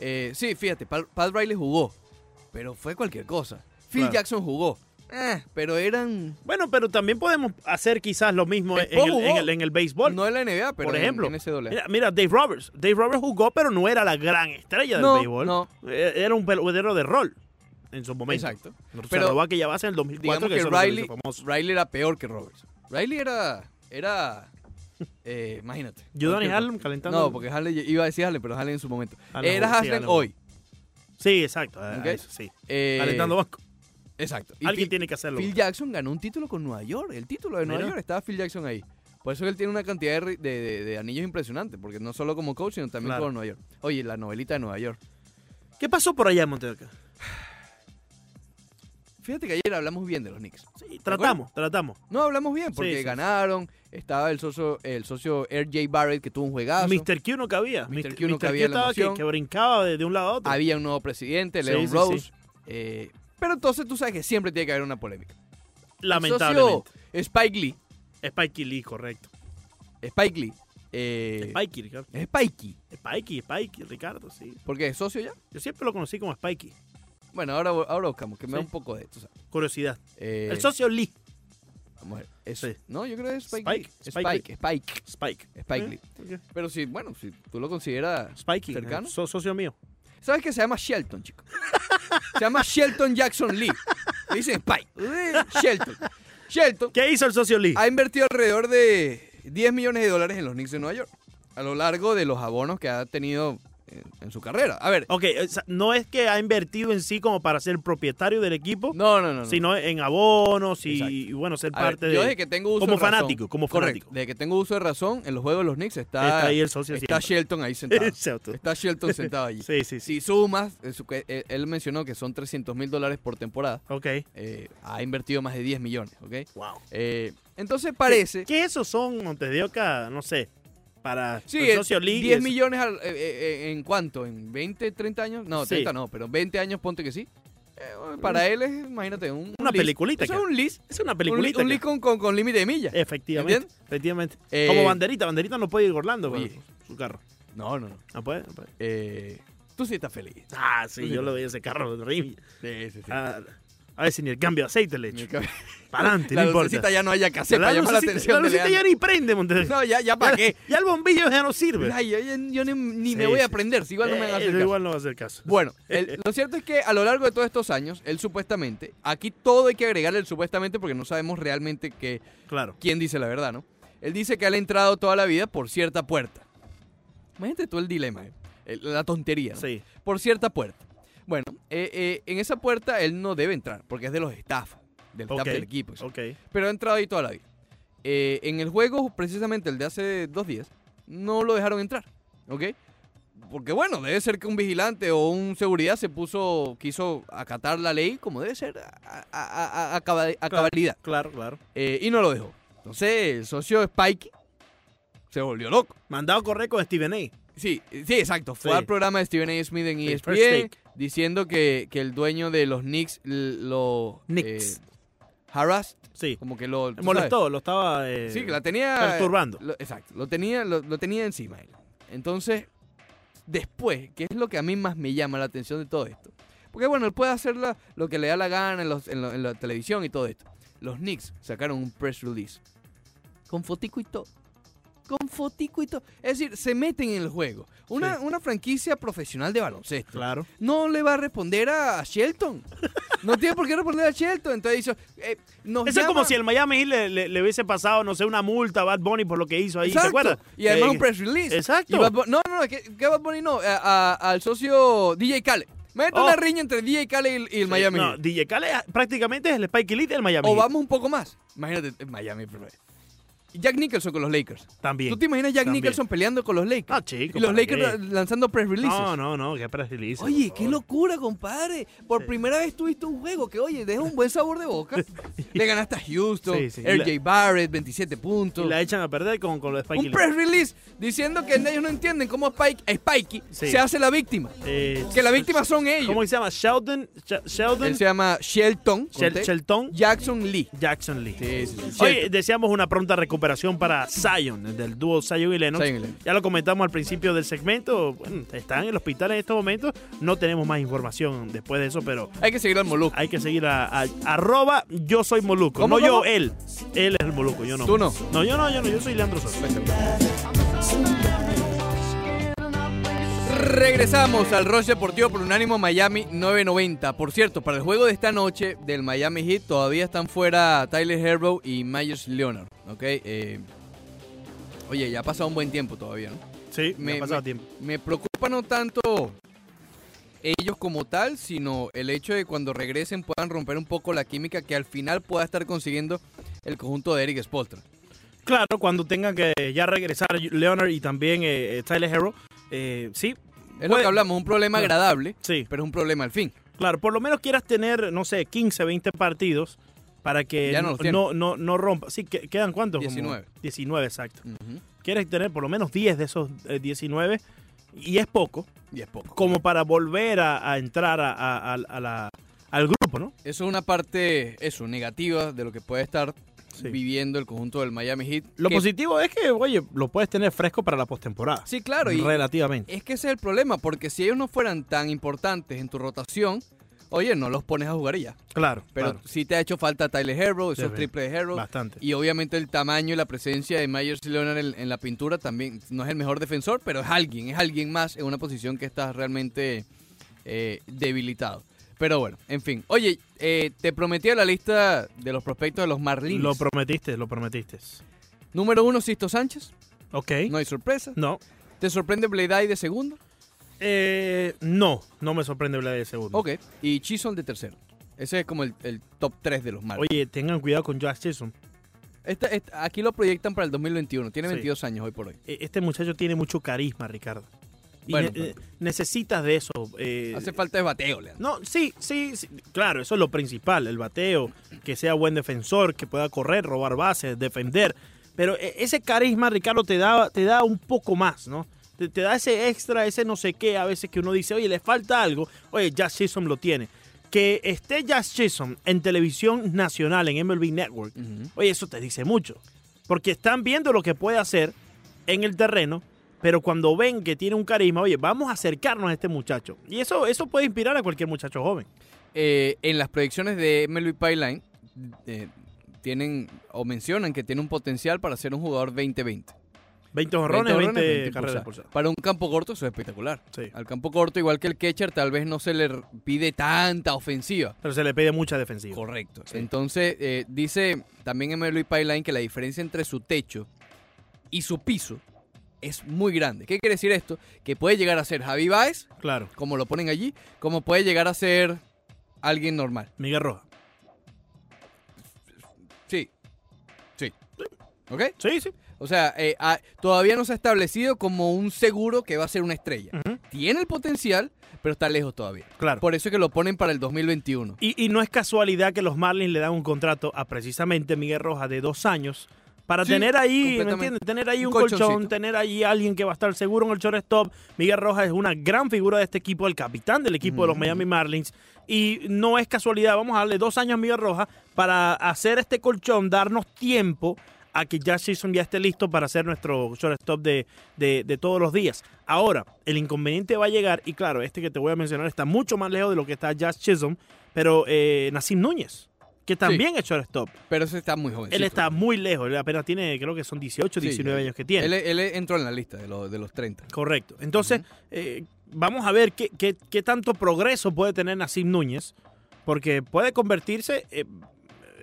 Speaker 1: eh, sí, fíjate, Pat, Pat Riley jugó, pero fue cualquier cosa. Phil
Speaker 2: Claro.
Speaker 1: Jackson jugó, eh, pero eran...
Speaker 2: Bueno, pero también podemos hacer quizás lo mismo en
Speaker 1: Después
Speaker 2: el, en
Speaker 1: jugó.
Speaker 2: el- en el béisbol.
Speaker 1: No en la NBA, pero
Speaker 2: por
Speaker 1: en-
Speaker 2: ejemplo,
Speaker 1: en, ese
Speaker 2: Mira, mira, Dave Roberts. Dave Roberts jugó, pero no era la gran estrella del
Speaker 1: No,
Speaker 2: béisbol.
Speaker 1: no.
Speaker 2: Eh, Era un pelotero de rol en su momento.
Speaker 1: Exacto.
Speaker 2: Se
Speaker 1: Pero
Speaker 2: robó aquella base en el 2004
Speaker 1: Digamos
Speaker 2: que,
Speaker 1: que
Speaker 2: eso lo hizo
Speaker 1: Riley,
Speaker 2: famoso.
Speaker 1: Riley era peor que Roberts. Riley era... era eh, imagínate.
Speaker 2: Yudani
Speaker 1: Cualquier-
Speaker 2: Harlem calentando.
Speaker 1: No, porque Harlem, iba a decir Harlem, pero Harlem en su momento.
Speaker 2: Harlem,
Speaker 1: era
Speaker 2: Ah, sí,
Speaker 1: Harlem
Speaker 2: Harlem.
Speaker 1: hoy.
Speaker 2: Sí, exacto. a- a
Speaker 1: Ok.
Speaker 2: eso, sí.
Speaker 1: eh,
Speaker 2: Calentando banco.
Speaker 1: Exacto. Y
Speaker 2: Alguien
Speaker 1: Phil-
Speaker 2: tiene que hacerlo.
Speaker 1: Phil Jackson ganó un título con Nueva York. El título de Nueva
Speaker 2: Mira.
Speaker 1: York estaba Phil Jackson ahí. Por eso él tiene una cantidad de, ri- de- de- de anillos impresionante, porque no solo como coach, sino también
Speaker 2: Claro.
Speaker 1: como Nueva York. Oye, la novelita de Nueva York.
Speaker 2: ¿Qué pasó por allá en Montevideo?
Speaker 1: Fíjate que ayer hablamos bien de los Knicks.
Speaker 2: Sí, tratamos, tratamos.
Speaker 1: No, hablamos bien, porque
Speaker 2: Sí, sí, sí.
Speaker 1: ganaron. Estaba el socio, el socio R.J. Barrett, que tuvo un juegazo.
Speaker 2: Mr. Q no cabía.
Speaker 1: Mr. Q no cabía en la
Speaker 2: estaba que,
Speaker 1: emoción.
Speaker 2: que brincaba de, de un lado a otro.
Speaker 1: Había un nuevo presidente,
Speaker 2: Sí,
Speaker 1: Leon
Speaker 2: sí, sí.
Speaker 1: Rose. eh, pero entonces tú sabes que siempre tiene que haber una polémica.
Speaker 2: Lamentablemente.
Speaker 1: El socio Spike Lee.
Speaker 2: Spikey Lee, correcto.
Speaker 1: Spike Lee. eh,
Speaker 2: Spikey, Ricardo.
Speaker 1: es Spikey.
Speaker 2: Spikey, Spikey, Ricardo, sí.
Speaker 1: ¿Por qué? ¿Es socio ya?
Speaker 2: Yo siempre lo conocí como Spikey.
Speaker 1: Bueno, ahora, ahora buscamos, que me da
Speaker 2: Sí.
Speaker 1: un poco de esto. ¿sabes?
Speaker 2: Curiosidad.
Speaker 1: Eh,
Speaker 2: El socio Lee.
Speaker 1: vamos a ver, es-
Speaker 2: Sí.
Speaker 1: No, yo creo que es Spike.
Speaker 2: Spike,
Speaker 1: Lee.
Speaker 2: Spike
Speaker 1: Spike, Spike.
Speaker 2: Spike.
Speaker 1: Spike Lee.
Speaker 2: Ok.
Speaker 1: Pero sí, bueno, si tú lo consideras.
Speaker 2: Spikey,
Speaker 1: ¿Cercano?
Speaker 2: eh, so- socio mío.
Speaker 1: ¿Sabes que se llama Shelton, chico? Se llama Shelton Jackson Lee. Le dicen Spike. Shelton. Shelton
Speaker 2: ¿Qué hizo el socio Lee?
Speaker 1: ha invertido alrededor de 10 millones de dólares en los Knicks de Nueva York a lo largo de los abonos que ha tenido en, en su carrera. A ver,
Speaker 2: Ok, o sea, no es que ha invertido en sí como para ser propietario del equipo,
Speaker 1: no, no, no. no.
Speaker 2: sino en abonos y,
Speaker 1: Exacto.
Speaker 2: y, bueno, ser
Speaker 1: A ver,
Speaker 2: parte
Speaker 1: yo
Speaker 2: de...
Speaker 1: desde que tengo uso
Speaker 2: como
Speaker 1: de razón-
Speaker 2: fanático, como
Speaker 1: Correcto,
Speaker 2: fanático.
Speaker 1: Desde que tengo uso de razón, en los juegos de los Knicks está,
Speaker 2: Está ahí el socio
Speaker 1: está
Speaker 2: siempre.
Speaker 1: Shelton ahí sentado.
Speaker 2: Exacto.
Speaker 1: Está Shelton sentado allí.
Speaker 2: Sí, sí, sí.
Speaker 1: Si sumas, eh, su- que, eh, él mencionó que son 300 mil dólares por temporada.
Speaker 2: Ok.
Speaker 1: eh, ha invertido más de 10 millones, ¿ok?
Speaker 2: Wow.
Speaker 1: Eh, Entonces parece.
Speaker 2: ¿Qué esos son, Montes de Oca? No sé. Para
Speaker 1: Sí,
Speaker 2: el
Speaker 1: eh,
Speaker 2: socio League,
Speaker 1: 10
Speaker 2: eso.
Speaker 1: millones al- eh, eh, eh, en cuánto, en 20, 30 años, no,
Speaker 2: Sí. Mm.
Speaker 1: 30 no, pero 20 años ponte que sí. Eh, bueno, para él es, imagínate, un, un
Speaker 2: Una
Speaker 1: lease.
Speaker 2: peliculita,
Speaker 1: Eso
Speaker 2: que-
Speaker 1: es un lease,
Speaker 2: Es una
Speaker 1: un, li-
Speaker 2: peliculita.
Speaker 1: un
Speaker 2: que- Eh.
Speaker 1: lease con, con, con límite de millas.
Speaker 2: Efectivamente.
Speaker 1: ¿Entiendes?
Speaker 2: Efectivamente.
Speaker 1: Eh,
Speaker 2: Como banderita. Banderita no puede ir a Orlando con
Speaker 1: Oye.
Speaker 2: su- su carro.
Speaker 1: No, no, no.
Speaker 2: No puede, no puede.
Speaker 1: Eh, tú sí estás feliz.
Speaker 2: Ah, sí,
Speaker 1: Sí.
Speaker 2: yo lo veía ese carro horrible.
Speaker 1: Sí, sí, sí.
Speaker 2: Ah, a ver si ni el cambio de aceite le
Speaker 1: Mi
Speaker 2: echo.
Speaker 1: cab-
Speaker 2: Para adelante, no
Speaker 1: la
Speaker 2: importa.
Speaker 1: lucecita ya no haya caseta,
Speaker 2: la
Speaker 1: llama la
Speaker 2: lucecita, la
Speaker 1: atención. de
Speaker 2: lucecita ya
Speaker 1: Leandro.
Speaker 2: ni prende, Montes.
Speaker 1: No, ya, ya para qué.
Speaker 2: Ya el bombillo ya no sirve.
Speaker 1: Ay, yo, yo- yo ni, ni
Speaker 2: Sí,
Speaker 1: me voy
Speaker 2: sí.
Speaker 1: a aprender, si igual no me van a
Speaker 2: Eh,
Speaker 1: hacer
Speaker 2: yo
Speaker 1: caso.
Speaker 2: igual no va a hacer caso.
Speaker 1: Bueno, el- lo cierto es que a lo largo de todos estos años, él supuestamente, aquí todo hay que agregarle el supuestamente porque no sabemos realmente que,
Speaker 2: Claro.
Speaker 1: quién dice la verdad, ¿no? Él dice que él ha entrado toda la vida por cierta puerta. Imagínate tú el dilema, eh, el- la tontería. ¿no?
Speaker 2: Sí.
Speaker 1: Por cierta puerta. Bueno, eh, eh, en esa puerta él no debe entrar porque es de los staff, del staff
Speaker 2: Ok,
Speaker 1: del equipo. etc.
Speaker 2: Ok.
Speaker 1: Pero ha entrado ahí toda la vida. Eh, en el juego, precisamente el de hace dos días, no lo dejaron entrar, ¿ok? Porque bueno, debe ser que un vigilante o un seguridad se puso, quiso acatar la ley como debe ser, a, a- a- a caba- a cabalidad,
Speaker 2: Claro, claro.
Speaker 1: eh, y no lo dejó. Entonces el socio Spike se volvió loco.
Speaker 2: Mandado correr con Steven A.
Speaker 1: Sí, sí, exacto. Fue
Speaker 2: Sí.
Speaker 1: al programa de Steven A. Smith en E
Speaker 2: Sí, First
Speaker 1: ESPN
Speaker 2: Take.
Speaker 1: diciendo que, que el dueño de los Knicks l- lo...
Speaker 2: Knicks.
Speaker 1: eh, harassed,
Speaker 2: Sí.
Speaker 1: como que lo... tú sabes.
Speaker 2: Molestó, lo estaba. eh,
Speaker 1: Sí, que la tenía.
Speaker 2: perturbando.
Speaker 1: lo- exacto, lo tenía, lo, lo tenía encima él. Entonces, después, que es lo que a mí más me llama la atención de todo esto. Porque bueno, él puede hacer la- lo que le da la gana en, los- en lo- en la televisión y todo esto. Los Knicks sacaron un press release. Con fotico y todo. Con fotico y todo. Es decir, se meten en el juego. Una,
Speaker 2: Sí.
Speaker 1: una franquicia profesional de baloncesto
Speaker 2: Claro.
Speaker 1: no le va a responder a Shelton. No tiene por qué responder a Shelton. Entonces dice, eh, nos
Speaker 2: Eso es como
Speaker 1: llama-
Speaker 2: si el Miami Heat le, le- le hubiese pasado, no sé, una multa a Bad Bunny por lo que hizo ahí, ¿te
Speaker 1: Exacto.
Speaker 2: acuerdas?
Speaker 1: Y además
Speaker 2: Eh,
Speaker 1: un press release.
Speaker 2: Exacto.
Speaker 1: Y Bad Bu- no, no, no, que, que Bad Bunny no, eh, a- a- al socio DJ Kale. Mete
Speaker 2: Oh.
Speaker 1: una riña entre DJ Kale y, el- y el Miami.
Speaker 2: No,
Speaker 1: Heat.
Speaker 2: DJ Khaled ah, prácticamente es el Spike Lee del Miami
Speaker 1: o
Speaker 2: Heat.
Speaker 1: vamos un poco más. Imagínate, eh, Miami. pero, eh, Jack Nicholson con los Lakers.
Speaker 2: También.
Speaker 1: ¿Tú te imaginas Jack
Speaker 2: también.
Speaker 1: Nicholson peleando con los Lakers?
Speaker 2: Ah, chico,
Speaker 1: y los
Speaker 2: ¿para
Speaker 1: Lakers
Speaker 2: qué?
Speaker 1: lanzando press releases.
Speaker 2: No, no, no, qué press release.
Speaker 1: Oye,
Speaker 2: por
Speaker 1: qué
Speaker 2: favor.
Speaker 1: locura, compadre. Por primera vez tuviste un juego que, oye, deja un buen sabor de boca. Le ganaste a Houston,
Speaker 2: Sí, sí.
Speaker 1: RJ Barrett, 27 puntos.
Speaker 2: Y la echan a perder con, con lo de Spike
Speaker 1: un
Speaker 2: Lee.
Speaker 1: press release diciendo que ellos no entienden cómo Spike, eh, Spikey
Speaker 2: Sí.
Speaker 1: se hace la víctima.
Speaker 2: Eh,
Speaker 1: Que la víctima son ellos.
Speaker 2: ¿Cómo se llama? Sheldon, Sh- Sheldon
Speaker 1: Él se llama Shelton. con
Speaker 2: Shel-
Speaker 1: T,
Speaker 2: Shelton
Speaker 1: Jackson Lee.
Speaker 2: Jackson Lee.
Speaker 1: Sí, sí, sí.
Speaker 2: Oye,
Speaker 1: Shelton.
Speaker 2: deseamos una pronta recuperación para Zion, del dúo Zion y Lennox.
Speaker 1: Zion y Lennox.
Speaker 2: Ya lo comentamos al principio del segmento. Bueno, está en el hospital en estos momentos. No tenemos más información después de eso, pero
Speaker 1: Hay que seguir al Molusco.
Speaker 2: hay que seguir a, a- arroba yo soy Moluco. No
Speaker 1: ¿Cómo,
Speaker 2: yo,
Speaker 1: cómo?
Speaker 2: él. Él es el Moluco, yo no.
Speaker 1: Tú no.
Speaker 2: No, yo no, yo no. Yo soy Leandro Sosa.
Speaker 1: Regresamos al Roche Deportivo por Unánimo Miami 990. Por cierto, para el juego de esta noche del Miami Heat todavía están fuera Tyler Herro y Myers Leonard. ¿ok? Eh, oye, ya ha pasado un buen tiempo todavía, ¿no?
Speaker 2: Sí, me, ha pasado
Speaker 1: me-
Speaker 2: tiempo.
Speaker 1: me preocupa no tanto ellos como tal, sino el hecho de cuando regresen puedan romper un poco la química que al final pueda estar consiguiendo el conjunto de Eric Spolstra.
Speaker 2: Claro, cuando tengan que ya regresar Leonard y también eh, eh, Tyler Hero. eh, sí.
Speaker 1: Es lo
Speaker 2: puede-
Speaker 1: que hablamos, un problema
Speaker 2: Claro.
Speaker 1: agradable,
Speaker 2: Sí.
Speaker 1: pero es un problema al fin.
Speaker 2: Claro, por lo menos quieras tener, no sé, 15, 20 partidos para que
Speaker 1: Ya no
Speaker 2: no,
Speaker 1: los tiene.
Speaker 2: no, no, no rompa. Sí, que- ¿quedan cuántos? Como
Speaker 1: 19.
Speaker 2: 19, exacto.
Speaker 1: Ujú.
Speaker 2: Quieres tener por lo menos 10 de esos eh, 19 y es poco,
Speaker 1: Y es poco.
Speaker 2: como para volver a, a entrar a, a- a- a la- al grupo, ¿no?
Speaker 1: Eso es una parte, eso, negativa de lo que puede estar
Speaker 2: Sí.
Speaker 1: viviendo el conjunto del Miami Heat.
Speaker 2: Lo
Speaker 1: que-
Speaker 2: positivo es que, oye, lo puedes tener fresco para la postemporada.
Speaker 1: Sí, claro, y
Speaker 2: Relativamente.
Speaker 1: es que ese es el problema, porque si ellos no fueran tan importantes en tu rotación, oye, no los pones a jugar y ya.
Speaker 2: Claro,
Speaker 1: Pero
Speaker 2: claro,
Speaker 1: sí te ha hecho falta Tyler Herro, esos
Speaker 2: Definit-
Speaker 1: triples de Herro.
Speaker 2: bastante.
Speaker 1: Y obviamente el tamaño y la presencia de Myers y Leonard en, en la pintura también no es el mejor defensor, pero es alguien, es alguien más en una posición que está realmente eh, debilitado. Pero bueno, en fin. Oye, eh, te prometí la lista de los prospectos de los Marlins.
Speaker 2: Lo prometiste, lo prometiste.
Speaker 1: Número uno, Sisto Sánchez.
Speaker 2: Ok.
Speaker 1: No hay sorpresa.
Speaker 2: No.
Speaker 1: ¿Te sorprende Bledai de segundo?
Speaker 2: Eh, no, no me sorprende Vlad de segundo.
Speaker 1: Ok. Y Chisholm de tercero. Ese es como el, el top 3 de los Marlins.
Speaker 2: Oye, tengan cuidado con Josh Chisholm.
Speaker 1: Esta- esta- aquí lo proyectan para el 2021. Tiene
Speaker 2: Sí. Eh,
Speaker 1: 22 años hoy por hoy.
Speaker 2: E- Este muchacho tiene mucho carisma, Ricardo. Y
Speaker 1: Bueno,
Speaker 2: ne-
Speaker 1: bueno.
Speaker 2: eh, necesitas de eso. eh,
Speaker 1: Hace falta el bateo, Leandro.
Speaker 2: no, sí, sí, sí, claro, eso es lo principal, el bateo, que sea buen defensor, que pueda correr, robar bases, defender. Pero eh, ese carisma, Ricardo, te da, te da un poco más, ¿no? Te, te da ese extra, ese no sé qué, a veces que uno dice, oye, le falta algo. Oye, Jazz Chisholm lo tiene. Que esté Jazz Chisholm en televisión nacional, en MLB Network,
Speaker 1: Ujú.
Speaker 2: Oye, eso te dice mucho. Porque están viendo lo que puede hacer en el terreno, pero cuando ven que tiene un carisma, oye, vamos a acercarnos a este muchacho. Y eso, eso puede inspirar a cualquier muchacho joven.
Speaker 1: Eh, en las proyecciones de MLB Pipeline eh, tienen o mencionan que tiene un potencial para ser un jugador 20-20.
Speaker 2: 20 jorrones,
Speaker 1: 20
Speaker 2: 20,
Speaker 1: honrones, 20
Speaker 2: carreras
Speaker 1: impulsadas.
Speaker 2: impulsadas.
Speaker 1: Para un campo corto eso es espectacular.
Speaker 2: Sí.
Speaker 1: Al campo corto, igual que el catcher, tal vez no se le r- pide tanta ofensiva.
Speaker 2: Pero se le pide mucha defensiva.
Speaker 1: Correcto.
Speaker 2: Sí.
Speaker 1: Entonces, eh, dice también MLB Pipeline que la diferencia entre su techo y su piso es muy grande. ¿Qué quiere decir esto? Que puede llegar a ser Javi Baez,
Speaker 2: Claro.
Speaker 1: como lo ponen allí, como puede llegar a ser alguien normal.
Speaker 2: Miguel Roja.
Speaker 1: Sí. Sí. ¿Ok?
Speaker 2: Sí, sí.
Speaker 1: O sea, eh, ah, todavía no se ha establecido como un seguro que va a ser una estrella.
Speaker 2: Ujú.
Speaker 1: Tiene el potencial, pero está lejos todavía.
Speaker 2: Claro.
Speaker 1: Por eso es que lo ponen para el 2021.
Speaker 2: Y, y no es casualidad que los Marlins le dan un contrato a precisamente Miguel Rojas de dos años para
Speaker 1: Sí,
Speaker 2: tener ahí, ¿me
Speaker 1: completamente.
Speaker 2: entiendes? Tener ahí
Speaker 1: Un
Speaker 2: un, colchón,
Speaker 1: colchoncito.
Speaker 2: tener ahí alguien que va a estar seguro en el shortstop. Miguel Rojas es una gran figura de este equipo, el capitán del equipo de los
Speaker 1: Ujú.
Speaker 2: Miami Marlins. Y no es casualidad, vamos a darle dos años a Miguel Rojas para hacer este colchón, darnos tiempo a que ya Season ya esté listo para hacer nuestro shortstop de, de, de todos los días. Ahora, el inconveniente va a llegar, y claro, este que te voy a mencionar está mucho más lejos de lo que está Jazz Chisholm, pero eh, Nassim Núñez, que también es shortstop.
Speaker 1: Pero ese está muy joven.
Speaker 2: Él está muy lejos, él apenas tiene, creo que son 18,
Speaker 1: Sí,
Speaker 2: 19
Speaker 1: ya.
Speaker 2: años que tiene.
Speaker 1: Él, él entró en la lista de, los- de los 30.
Speaker 2: Correcto. Entonces, eh, vamos a ver qué, qué- qué tanto progreso puede tener Nassim Núñez, porque puede convertirse eh,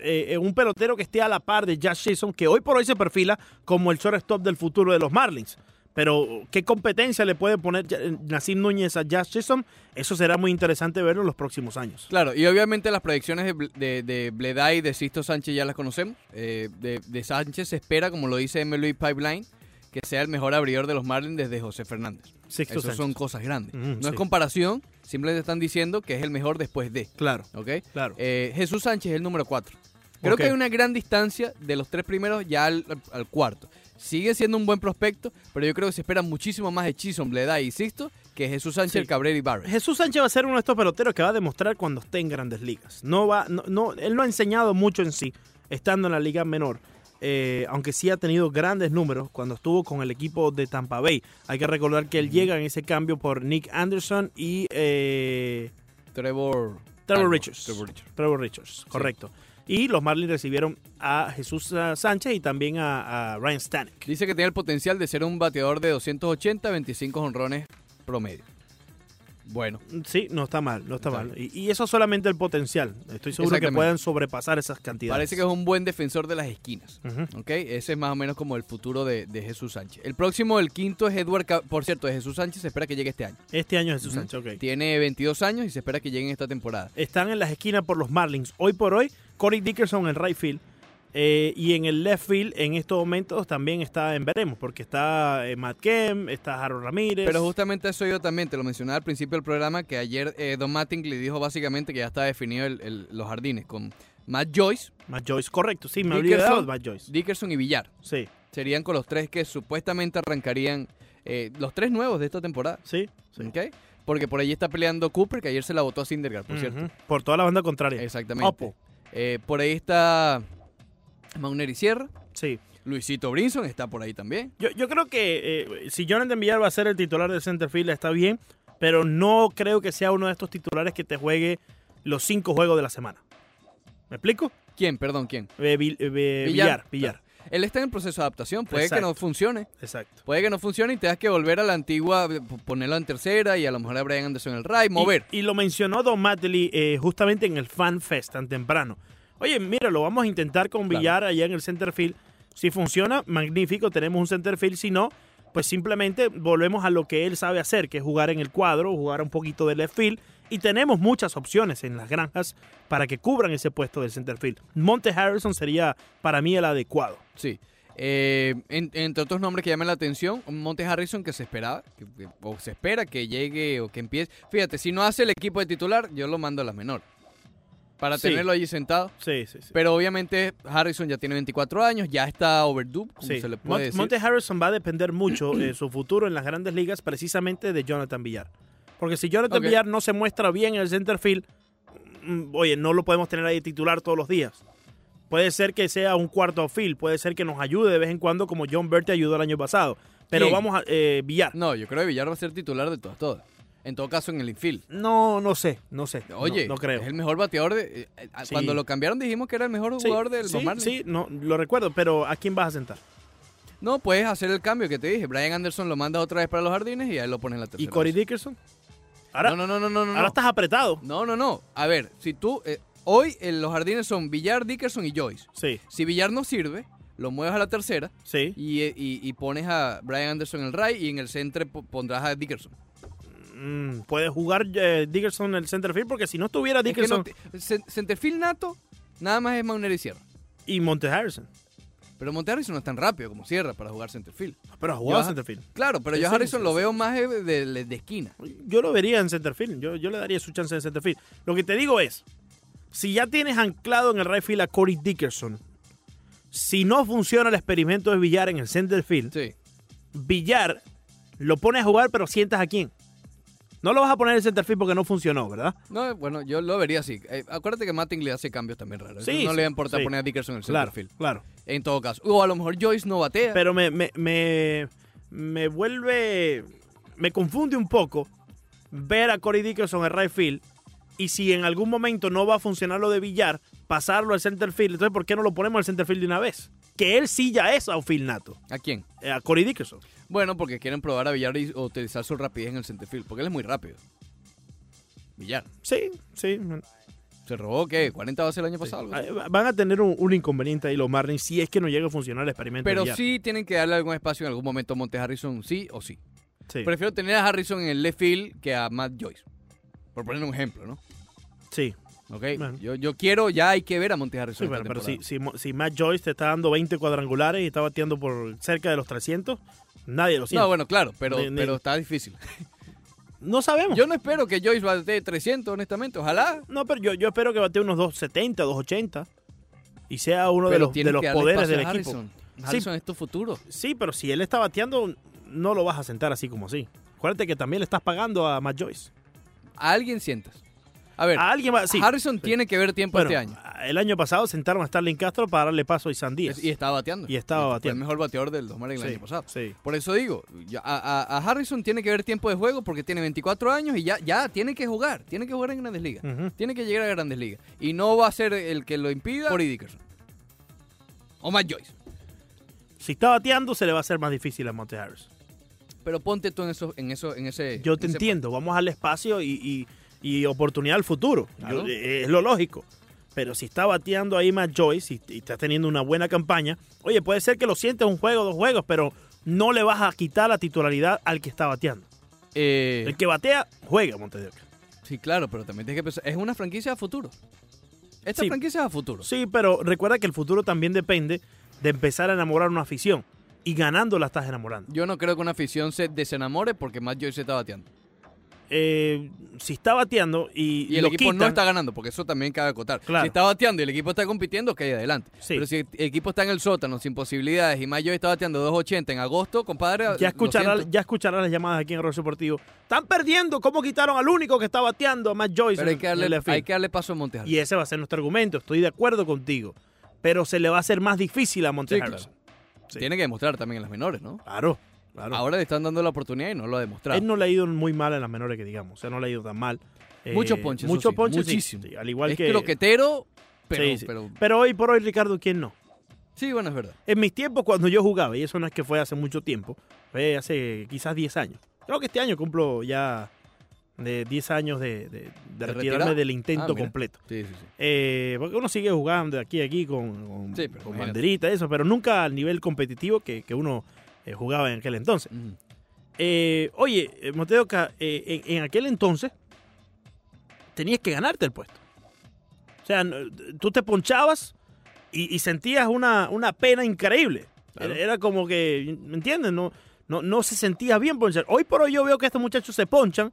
Speaker 2: eh, en un pelotero que esté a la par de Josh Jason, que hoy por hoy se perfila como el shortstop del futuro de los Marlins. Pero qué competencia le puede poner Ya- Nassim Núñez a Josh Jason, eso será muy interesante verlo en los próximos años.
Speaker 1: Claro, y obviamente las proyecciones de, Bl- de, de Bleday, de Sisto Sánchez ya las conocemos. Eh, de, de Sánchez se espera, como lo dice MLB Pipeline, que sea el mejor abridor de los Marlins desde José Fernández.
Speaker 2: Sixto
Speaker 1: Eso son
Speaker 2: Sánchez.
Speaker 1: cosas grandes.
Speaker 2: Ujú,
Speaker 1: no
Speaker 2: Mm, sí.
Speaker 1: es comparación, simplemente están diciendo que es el mejor después de.
Speaker 2: Claro,
Speaker 1: ¿Ok?
Speaker 2: claro.
Speaker 1: Eh, Jesús Sánchez es el número 4. Creo
Speaker 2: Ok.
Speaker 1: que hay una gran distancia de los tres primeros ya al, al cuarto. Sigue siendo un buen prospecto, pero yo creo que se espera muchísimo más de Chisholm, Bleday y Sisto que Jesús Sánchez,
Speaker 2: Sí.
Speaker 1: Cabrera y Barrett.
Speaker 2: Jesús Sánchez va a ser uno de estos peloteros que va a demostrar cuando esté en grandes ligas. No va, no, no- él no ha enseñado mucho en sí, estando en la liga menor. Eh, aunque sí ha tenido grandes números cuando estuvo con el equipo de Tampa Bay. Hay que recordar que él llega en ese cambio por Nick Anderson y eh,
Speaker 1: Trevor,
Speaker 2: Trevor
Speaker 1: algo,
Speaker 2: Richards.
Speaker 1: Trevor Richards.
Speaker 2: Trevor Richards, correcto. Y los Marlins recibieron a Jesús ah, Sánchez y también a, a Ryan Stanek.
Speaker 1: Dice que tiene el potencial de ser un bateador de 280, 25 honrones promedio. Bueno,
Speaker 2: Sí, no está mal, no está
Speaker 1: Está
Speaker 2: mal. Y, y eso es solamente el potencial. Estoy seguro que
Speaker 1: Exactamente.
Speaker 2: pueden sobrepasar esas cantidades.
Speaker 1: parece que es un buen defensor de las esquinas.
Speaker 2: Ujú.
Speaker 1: ¿Ok? Ese es más o menos como el futuro de, de Jesús Sánchez. El próximo, el quinto, es Edward. Ca- Por cierto, Jesús Sánchez se espera que llegue este año.
Speaker 2: Este año
Speaker 1: Ujú.
Speaker 2: Jesús Sánchez, ok.
Speaker 1: Tiene 22 años y se espera que lleguen esta temporada.
Speaker 2: Están en las esquinas por los Marlins. Hoy por hoy, Corey Dickerson en el right field. eh, y en el left field, en estos momentos, también está en veremos, porque está eh, Matt Kemp, está Harold Ramírez.
Speaker 1: Pero justamente eso yo también te lo mencionaba al principio del programa, que ayer eh, Don Matting le dijo básicamente que ya está definido el- el- los jardines con Matt Joyce,
Speaker 2: Matt Joyce, correcto. Sí, me había
Speaker 1: Dickerson.
Speaker 2: olvidado de Matt Joyce.
Speaker 1: Dickerson y Villar.
Speaker 2: Sí,
Speaker 1: Serían con los tres que supuestamente arrancarían eh, los tres nuevos de esta temporada.
Speaker 2: sí, sí.
Speaker 1: ¿ok? Porque por allí está peleando Cooper, que ayer se la votó a Syndergaard, por
Speaker 2: Ujú.
Speaker 1: cierto.
Speaker 2: Por toda la banda contraria.
Speaker 1: Exactamente.
Speaker 2: Oppo,
Speaker 1: Eh, por ahí está Mauneri Sierra.
Speaker 2: sí.
Speaker 1: Luisito Brinson está por ahí también.
Speaker 2: Yo, yo creo que eh, si Jonathan Villar va a ser el titular del center field, está bien, pero no creo que sea uno de estos titulares que te juegue los cinco juegos de la semana. ¿Me explico?
Speaker 1: ¿Quién? Perdón, ¿quién?
Speaker 2: Eh, Vil- eh, Villar, Villar,
Speaker 1: Él está en proceso de adaptación. Puede que no
Speaker 2: Exacto.
Speaker 1: funcione.
Speaker 2: exacto.
Speaker 1: Puede que no funcione y tengas que volver a la antigua, eh, p- ponerlo en tercera y a lo mejor a Brian Anderson en el right, mover.
Speaker 2: Y, y lo mencionó Don Matley eh, justamente en el Fan Fest tan temprano. Oye, mira, lo vamos a intentar con
Speaker 1: Claro.
Speaker 2: Villar allá en el center field. Si funciona, magnífico, tenemos un center field. Si no, pues simplemente volvemos a lo que él sabe hacer, que es jugar en el cuadro, jugar un poquito de left field. Y tenemos muchas opciones en las granjas para que cubran ese puesto del center field. Monte Harrison sería para mí el adecuado.
Speaker 1: Sí. Eh, en- entre otros nombres que llaman la atención, Monte Harrison que se esperaba, que- que- o se espera que llegue o que empiece. Fíjate, si no hace el equipo de titular, yo lo mando a las menores. Para
Speaker 2: Sí.
Speaker 1: tenerlo allí sentado.
Speaker 2: Sí, sí, sí.
Speaker 1: Pero obviamente Harrison ya tiene 24 años, ya está overdue, como
Speaker 2: Sí.
Speaker 1: se le
Speaker 2: Mont-
Speaker 1: puede decir.
Speaker 2: Monte Harrison va a depender mucho eh, su futuro en las grandes ligas precisamente de Jonathan Villar. Porque si Jonathan
Speaker 1: Ok.
Speaker 2: Villar no se muestra bien en el center field, mm, oye, no lo podemos tener ahí titular todos los días. Puede ser que sea un cuarto field, puede ser que nos ayude de vez en cuando como John Berti ayudó el año pasado. Pero
Speaker 1: ¿Quién?
Speaker 2: vamos a eh, Villar.
Speaker 1: No, yo creo que Villar va a ser titular de todas, todas. En todo caso, en el infield.
Speaker 2: No, no sé, no sé. No-
Speaker 1: Oye,
Speaker 2: no, creo.
Speaker 1: es el mejor bateador de. eh, eh,
Speaker 2: Sí.
Speaker 1: Cuando lo cambiaron dijimos que era el mejor
Speaker 2: Sí,
Speaker 1: jugador del
Speaker 2: sí,
Speaker 1: Marlins.
Speaker 2: sí, no, lo recuerdo, pero ¿a quién vas a sentar?
Speaker 1: No, puedes hacer el cambio que te dije. Brian Anderson lo manda otra vez para los jardines y ahí lo pones en la tercera.
Speaker 2: ¿Y Corey
Speaker 1: base.
Speaker 2: Dickerson? Ahora,
Speaker 1: no, no, no, no, no, no.
Speaker 2: ahora
Speaker 1: no.
Speaker 2: estás apretado.
Speaker 1: No, no, no. A ver, si tú. eh, hoy en los jardines son Villar, Dickerson y Joyce.
Speaker 2: Sí,
Speaker 1: Si Villar no sirve, lo mueves a la tercera
Speaker 2: sí.
Speaker 1: y, eh, y- y pones a Brian Anderson en el right y en el centro po- pondrás a Dickerson.
Speaker 2: Mm, puede jugar eh, Dickerson en el center field porque si no estuviera
Speaker 1: Es que no
Speaker 2: Dickerson
Speaker 1: te- cen- centerfield nato, nada más es Mauner y Sierra.
Speaker 2: y Monte Harrison.
Speaker 1: Pero Monte Harrison no es tan rápido como Sierra para jugar centerfield.
Speaker 2: Pero ha jugado
Speaker 1: Yo-
Speaker 2: center field.
Speaker 1: Claro, pero
Speaker 2: Sí,
Speaker 1: yo a
Speaker 2: sí,
Speaker 1: Harrison
Speaker 2: sí,
Speaker 1: lo
Speaker 2: sí.
Speaker 1: veo más eh, de, de- de esquina.
Speaker 2: Yo lo vería en center field. Yo, yo le daría su chance en center field. Lo que te digo es, si ya tienes anclado en el right field a Corey Dickerson, si no funciona el experimento de Villar en el center field,
Speaker 1: Sí.
Speaker 2: Villar lo pones a jugar pero sientas a quién. No lo vas a poner en el center field porque no funcionó, ¿verdad?
Speaker 1: No, eh, bueno, yo lo vería así. Eh, acuérdate que Matting le hace cambios también raros.
Speaker 2: Sí,
Speaker 1: no
Speaker 2: sí,
Speaker 1: le va a importar
Speaker 2: sí.
Speaker 1: poner a Dickerson en el
Speaker 2: Claro,
Speaker 1: centerfield.
Speaker 2: claro.
Speaker 1: En todo caso. O a lo mejor Joyce no batea.
Speaker 2: Pero me, me, me, me vuelve. Me confunde un poco ver a Corey Dickerson en right field y si en algún momento no va a funcionar lo de Villar, pasarlo al center field. Entonces, ¿por qué no lo ponemos al center field de una vez? Que él sí ya es outfield nato,
Speaker 1: ¿A quién?
Speaker 2: eh, a Corey Dickerson.
Speaker 1: Bueno, porque quieren probar a Villar y o utilizar su rapidez en el centerfield. Porque él es muy rápido. Villar.
Speaker 2: Sí, sí.
Speaker 1: ¿Se robó qué? ¿40 bases el año pasado? Pues algo así.
Speaker 2: Eh, Van a tener un, un inconveniente ahí los Marlins si es que no llega a funcionar el experimento. de
Speaker 1: Pero
Speaker 2: Villar.
Speaker 1: sí tienen que darle algún espacio en algún momento a Monte Harrison, sí o sí.
Speaker 2: Sí,
Speaker 1: Prefiero tener a Harrison en el left field que a Matt Joyce. Por poner un ejemplo, ¿no?
Speaker 2: sí.
Speaker 1: Ok.
Speaker 2: Bueno.
Speaker 1: Yo, yo quiero, ya hay que ver a Monte Harrison.
Speaker 2: Sí,
Speaker 1: esta
Speaker 2: bueno, pero si,
Speaker 1: temporada.
Speaker 2: si Mo- si Matt Joyce te está dando 20 cuadrangulares y está bateando por cerca de los 300, nadie lo siente.
Speaker 1: No, bueno, claro, pero,
Speaker 2: Ni- ni-
Speaker 1: pero está difícil.
Speaker 2: No sabemos.
Speaker 1: Yo no espero que Joyce bate 300, honestamente. Ojalá.
Speaker 2: no, pero yo, yo espero que batee unos 270, 280 y sea uno de
Speaker 1: Pero
Speaker 2: los, de
Speaker 1: tienes
Speaker 2: los
Speaker 1: que darle
Speaker 2: poderes
Speaker 1: espacio
Speaker 2: del
Speaker 1: a
Speaker 2: equipo.
Speaker 1: Harrison. Harrison es tu futuro.
Speaker 2: Sí, pero si él está bateando, no lo vas a sentar así como así. Acuérdate que también le estás pagando a Matt Joyce.
Speaker 1: A alguien sientas. A ver,
Speaker 2: a alguien va. Ah, Sí.
Speaker 1: Harrison tiene que ver tiempo
Speaker 2: Bueno,
Speaker 1: este año.
Speaker 2: El año pasado sentaron a Starling Castro para darle paso a Isan Díaz.
Speaker 1: Es- Y estaba bateando.
Speaker 2: Y estaba
Speaker 1: Fue
Speaker 2: bateando.
Speaker 1: el mejor bateador del dos Marlins
Speaker 2: Sí,
Speaker 1: el año pasado.
Speaker 2: sí.
Speaker 1: Por eso digo, ya- a, a- a Harrison tiene que ver tiempo de juego porque tiene 24 años y ya, ya tiene que jugar. Tiene que jugar en Grandes Ligas.
Speaker 2: Ujú.
Speaker 1: Tiene que llegar a Grandes Ligas. Y no va a ser el que lo impida Corey Dickerson. O Matt Joyce.
Speaker 2: Si está bateando, se le va a hacer más difícil a Monte Harris.
Speaker 1: Pero ponte tú en, eso, en, eso, en ese...
Speaker 2: Yo te
Speaker 1: en Eh, ese-
Speaker 2: entiendo, vamos al espacio y, y- y oportunidad al futuro.
Speaker 1: Claro.
Speaker 2: Yo- eh, es lo lógico. Pero si está bateando ahí Matt Joyce y, y está teniendo una buena campaña, oye, puede ser que lo sientes un juego, dos juegos, pero no le vas a quitar la titularidad al que está bateando.
Speaker 1: Eh,
Speaker 2: El que batea, juega, Montedioca.
Speaker 1: Sí, claro, pero también tienes que pensar. Es una franquicia a futuro. Esta
Speaker 2: Sí.
Speaker 1: franquicia es a futuro.
Speaker 2: Sí, pero recuerda que el futuro también depende de empezar a enamorar una afición. Y ganando la estás enamorando.
Speaker 1: Yo no creo que una afición se desenamore porque Matt Joyce está bateando.
Speaker 2: Eh, si está bateando y,
Speaker 1: Y el
Speaker 2: lo
Speaker 1: equipo no
Speaker 2: quitan-
Speaker 1: está ganando, porque eso también cabe acotar.
Speaker 2: Claro.
Speaker 1: Si está bateando y el equipo está compitiendo, que adelante.
Speaker 2: Sí.
Speaker 1: Pero si el equipo está en el sótano, sin posibilidades, y Matt Joyce está bateando 2.80 en agosto, compadre. lo
Speaker 2: Ya escuchará,
Speaker 1: siento.
Speaker 2: ya escuchará las llamadas aquí en Error Deportivo. Están perdiendo. ¿Cómo quitaron al único que está bateando a Matt Joyce?
Speaker 1: Pero hay
Speaker 2: en-
Speaker 1: que,
Speaker 2: en
Speaker 1: darle,
Speaker 2: la fila?
Speaker 1: hay que darle paso a Montejano.
Speaker 2: Y ese va a ser nuestro argumento. Estoy de acuerdo contigo. Pero se le va a hacer más difícil a Monte
Speaker 1: Sí,
Speaker 2: Harrison. sí.
Speaker 1: Tiene que demostrar también en las menores, ¿no?
Speaker 2: Claro, claro.
Speaker 1: Ahora le están dando la oportunidad y no lo ha demostrado.
Speaker 2: Él no le ha ido muy mal en las menores que digamos. O sea, no le ha ido tan mal. Eh,
Speaker 1: Muchos ponches, eso
Speaker 2: Muchos
Speaker 1: sí,
Speaker 2: ponches. sí,
Speaker 1: muchísimo.
Speaker 2: sí, al igual
Speaker 1: es
Speaker 2: que.
Speaker 1: croquetero, pero
Speaker 2: Sí, sí.
Speaker 1: pero-
Speaker 2: Pero hoy por hoy, Ricardo, ¿quién no?
Speaker 1: sí, bueno, es verdad.
Speaker 2: En mis tiempos, cuando yo jugaba, y eso no es que fue hace mucho tiempo, fue hace quizás 10 años. Creo que este año cumplo ya de 10 años de, de- de retirarme
Speaker 1: retirado?
Speaker 2: del intento
Speaker 1: Ah, mira.
Speaker 2: completo.
Speaker 1: Sí, sí, sí.
Speaker 2: Eh, porque uno sigue jugando de aquí a aquí con, con,
Speaker 1: Sí, pero
Speaker 2: con
Speaker 1: imagínate.
Speaker 2: banderita, eso, pero nunca al nivel competitivo que, que uno eh, jugaba en aquel entonces.
Speaker 1: Ujú.
Speaker 2: Eh, oye, eh, Monteoca, eh, en, en aquel entonces tenías que ganarte el puesto. O sea, no- tú te ponchabas y, y sentías una, una pena increíble.
Speaker 1: Claro.
Speaker 2: Era, era como que, ¿me entiendes? No, no, no se sentía bien ponchar. Hoy por hoy yo veo que estos muchachos se ponchan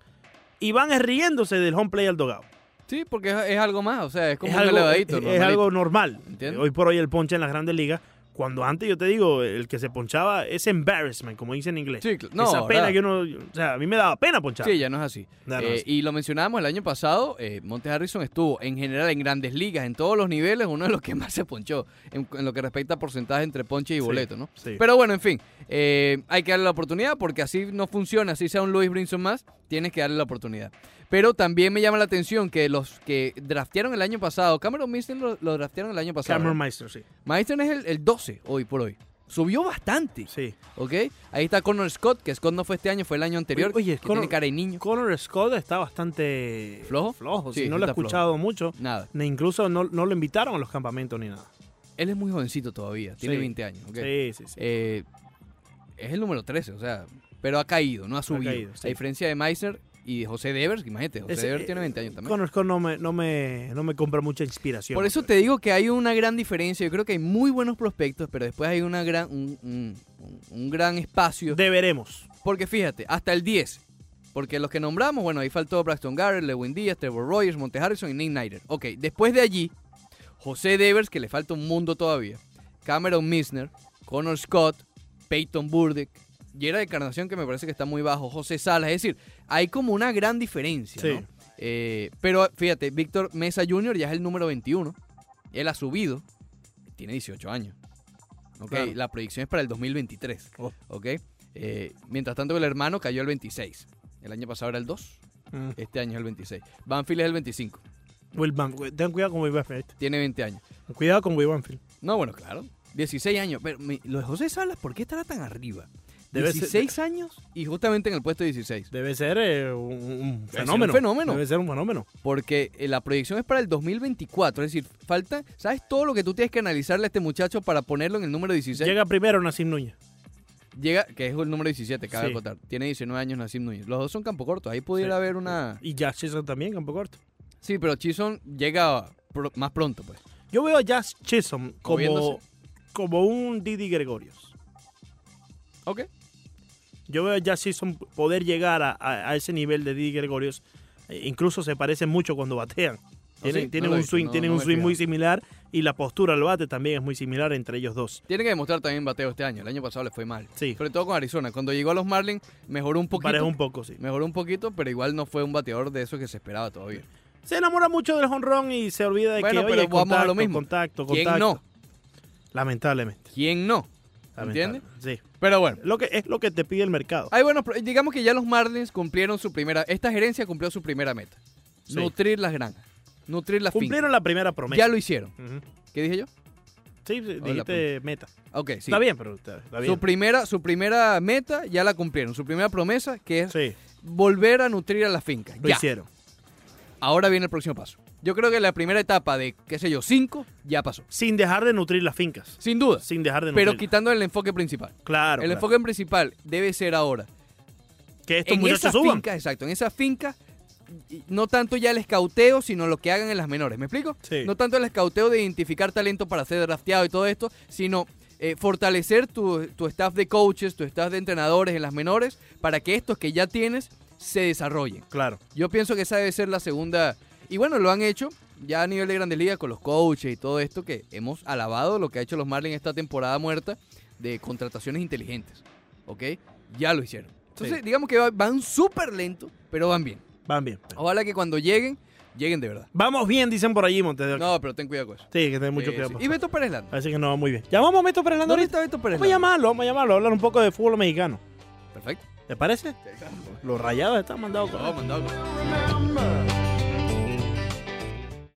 Speaker 2: y van riéndose del home play al dogado.
Speaker 1: Sí, porque es, es algo más, o sea, es como
Speaker 2: es
Speaker 1: un
Speaker 2: algo,
Speaker 1: elevadito.
Speaker 2: es- es
Speaker 1: normalito.
Speaker 2: algo normal.
Speaker 1: ¿Entiendes?
Speaker 2: Hoy por hoy el ponche en las grandes ligas, cuando antes yo te digo, el que se ponchaba es embarrassment, como dicen en inglés.
Speaker 1: Sí, cl- no,
Speaker 2: Esa pena
Speaker 1: ahora-
Speaker 2: que uno, o sea, a mí me daba pena ponchar.
Speaker 1: Sí, ya no es así.
Speaker 2: Ya no
Speaker 1: Eh,
Speaker 2: es así.
Speaker 1: Y lo mencionábamos el año pasado, eh, Monte Harrison estuvo en general en grandes ligas, en todos los niveles, uno de los que más se ponchó en, en lo que respecta a porcentaje entre ponche y
Speaker 2: Sí,
Speaker 1: boleto, ¿no?
Speaker 2: sí.
Speaker 1: Pero bueno, en fin, eh, hay que darle la oportunidad porque así no funciona, así sea un Luis Brinson más, tienes que darle la oportunidad. Pero también me llama la atención que los que draftearon el año pasado, Cameron Mason lo, lo draftearon el año pasado.
Speaker 2: Cameron
Speaker 1: ¿no?
Speaker 2: Meister, sí.
Speaker 1: Mason es el, el 12 hoy por hoy. Subió bastante,
Speaker 2: sí.
Speaker 1: ¿ok? Ahí está Connor Scott, que Scott no fue este año, fue el año anterior.
Speaker 2: Oye,
Speaker 1: que
Speaker 2: Connor-
Speaker 1: tiene cara de niño.
Speaker 2: Connor Scott está bastante
Speaker 1: ¿Flojo?
Speaker 2: flojo
Speaker 1: Sí,
Speaker 2: sí, no
Speaker 1: sí
Speaker 2: lo he
Speaker 1: está flojo.
Speaker 2: escuchado mucho.
Speaker 1: Nada.
Speaker 2: Ni incluso no, no lo invitaron a los campamentos ni nada.
Speaker 1: Él es muy jovencito todavía, tiene
Speaker 2: Sí.
Speaker 1: 20 años. ¿ok?
Speaker 2: Sí, sí, sí.
Speaker 1: Eh, es el número 13, o sea, pero ha caído, no ha subido.
Speaker 2: caído, sí.
Speaker 1: A diferencia de Meissner y de José Devers, que imagínate, José
Speaker 2: Ese- eh,
Speaker 1: Devers tiene 20 años también.
Speaker 2: Connor Scott no me, no me, no me compra mucha inspiración.
Speaker 1: Por eso te digo que hay una gran diferencia. Yo creo que hay muy buenos prospectos, pero después hay una gran, un, un- un gran espacio.
Speaker 2: Deberemos.
Speaker 1: Porque fíjate, hasta el 10. Porque los que nombramos, bueno, ahí faltó Braxton Garrett, Lewin Díaz, Trevor Rogers, Monte Harrison y Nick Snyder. Ok, después de allí, José Devers, que le falta un mundo todavía, Cameron Misner, Connor Scott, Peyton Burdick, Yera de Encarnación, que me parece que está muy bajo, José Salas. Es decir, hay como una gran diferencia, ¿no?
Speaker 2: Sí.
Speaker 1: Eh, pero fíjate, Víctor Mesa Jr. ya es el número 21. Él ha subido. Tiene 18 años. Ok,
Speaker 2: Claro.
Speaker 1: la proyección es para el 2023.
Speaker 2: Oh.
Speaker 1: Ok. Eh, mientras tanto, el hermano cayó al 26. El año pasado era el 2.
Speaker 2: Mm.
Speaker 1: Este año es el 26. Banfield es el 25.
Speaker 2: Will Banfield. Ten cuidado con Will Banfield. ¿viste?
Speaker 1: Tiene 20 años.
Speaker 2: Cuidado con Will Banfield.
Speaker 1: No, bueno, claro. 16 años. Pero mi- lo de José Salas, ¿por qué estará tan arriba?
Speaker 2: Debe ser-
Speaker 1: 16 años y justamente en el puesto 16.
Speaker 2: Debe ser eh, un, un
Speaker 1: ser un
Speaker 2: fenómeno.
Speaker 1: fenómeno.
Speaker 2: Debe ser un fenómeno.
Speaker 1: Porque eh, la proyección es para el 2024. Es decir, falta. ¿Sabes todo lo que tú tienes que analizarle a este muchacho para ponerlo en el número 16?
Speaker 2: Llega primero Nassim Núñez.
Speaker 1: Llega, que es el número 17, cabe
Speaker 2: Sí.
Speaker 1: acotar. Tiene 19 años Nassim Núñez. Los dos son campo corto. Ahí pudiera
Speaker 2: Sí.
Speaker 1: haber una.
Speaker 2: Y Jazz Chisholm también, campo corto.
Speaker 1: Sí, pero Chison llega pro- más pronto, pues.
Speaker 2: Yo veo a Jazz Chisholm como,
Speaker 1: Moviéndose.
Speaker 2: como un Didi Gregorios.
Speaker 1: Ok.
Speaker 2: Yo veo a Jazz Chisholm poder llegar a, a- a ese nivel de Didi Gregorios. Eh, incluso se parecen mucho cuando batean. Tienen,
Speaker 1: sí, no
Speaker 2: tienen
Speaker 1: lo he
Speaker 2: un
Speaker 1: visto,
Speaker 2: swing,
Speaker 1: no-
Speaker 2: tienen
Speaker 1: no
Speaker 2: un
Speaker 1: me he
Speaker 2: swing muy
Speaker 1: fijado.
Speaker 2: similar y la postura al bate también es muy similar entre ellos dos.
Speaker 1: Tiene que demostrar también bateo este año. El año pasado le fue mal.
Speaker 2: Sí.
Speaker 1: Sobre todo con Arizona. Cuando llegó a los Marlins, mejoró un poquito.
Speaker 2: Parece un poco, sí.
Speaker 1: Mejoró un poquito, pero igual no fue un bateador de eso que se esperaba todavía.
Speaker 2: Se enamora mucho del honrón y se olvida de
Speaker 1: Bueno,
Speaker 2: que
Speaker 1: pero
Speaker 2: oye,
Speaker 1: vamos a lo
Speaker 2: contacto,
Speaker 1: mismo.
Speaker 2: contacto,
Speaker 1: ¿Quién
Speaker 2: contacto.
Speaker 1: no?
Speaker 2: Lamentablemente.
Speaker 1: ¿Quién no?
Speaker 2: lamentablemente. Sí.
Speaker 1: Pero bueno.
Speaker 2: Lo que, es lo que te pide el mercado.
Speaker 1: Hay buenos, pro- digamos que ya los Marlins cumplieron su primera, esta gerencia cumplió su primera meta.
Speaker 2: Sí.
Speaker 1: Nutrir las granjas, nutrir las fincas.
Speaker 2: Cumplieron la primera
Speaker 1: Ya
Speaker 2: promesa.
Speaker 1: lo hicieron.
Speaker 2: Ujú.
Speaker 1: ¿Qué dije yo?
Speaker 2: Sí, sí,
Speaker 1: la
Speaker 2: dijiste meta.
Speaker 1: Ok, pues. sí.
Speaker 2: Está bien, pero está, está bien.
Speaker 1: Su primera, su primera meta ya la cumplieron. Su primera promesa, que es
Speaker 2: Sí,
Speaker 1: volver a nutrir a las fincas.
Speaker 2: lo
Speaker 1: ya.
Speaker 2: hicieron.
Speaker 1: Ahora viene el próximo paso. Yo creo que la primera etapa de, qué sé yo, cinco, ya pasó.
Speaker 2: Sin dejar de nutrir las fincas.
Speaker 1: Sin duda.
Speaker 2: Sin dejar de nutrir.
Speaker 1: pero quitando el enfoque principal.
Speaker 2: Claro.
Speaker 1: el
Speaker 2: claro.
Speaker 1: enfoque principal debe ser ahora.
Speaker 2: Que estos
Speaker 1: En
Speaker 2: muchachos
Speaker 1: esas
Speaker 2: suban.
Speaker 1: fincas, exacto, en esas fincas, y- no tanto ya el escauteo, sino lo que hagan en las menores. ¿Me explico?
Speaker 2: Sí.
Speaker 1: No tanto el escauteo de identificar talento para ser drafteado y todo esto, sino eh, fortalecer tu, tu staff de coaches, tu staff de entrenadores en las menores, para que estos que ya tienes se desarrollen.
Speaker 2: Claro.
Speaker 1: Yo pienso que esa debe ser la segunda. Y bueno, lo han hecho ya a nivel de grandes ligas con los coaches y todo esto, que hemos alabado lo que ha hecho los Marlins esta temporada muerta de contrataciones inteligentes. ¿Ok? Ya lo hicieron. Entonces,
Speaker 2: Sí.
Speaker 1: digamos que va- van súper lento, pero van bien.
Speaker 2: Van bien.
Speaker 1: Ojalá que cuando lleguen, lleguen de verdad.
Speaker 2: Vamos bien, dicen por allí, Montes. de Oca.
Speaker 1: No, pero ten cuidado con eso.
Speaker 2: Sí, que tenés mucho
Speaker 1: Sí,
Speaker 2: cuidado.
Speaker 1: sí.
Speaker 2: por
Speaker 1: Y
Speaker 2: favor.
Speaker 1: Beto Pérez Landa.
Speaker 2: Así que nos va muy bien. Llamamos a Beto Perelando
Speaker 1: ¿Dónde
Speaker 2: ahorita.
Speaker 1: está Beto Pérez
Speaker 2: Vamos a
Speaker 1: Landa?
Speaker 2: llamarlo, vamos a llamarlo, a hablar un poco de fútbol mexicano.
Speaker 1: Perfecto.
Speaker 2: ¿Te parece? Los rayados están mandados. con-
Speaker 1: No, mandado.
Speaker 3: remember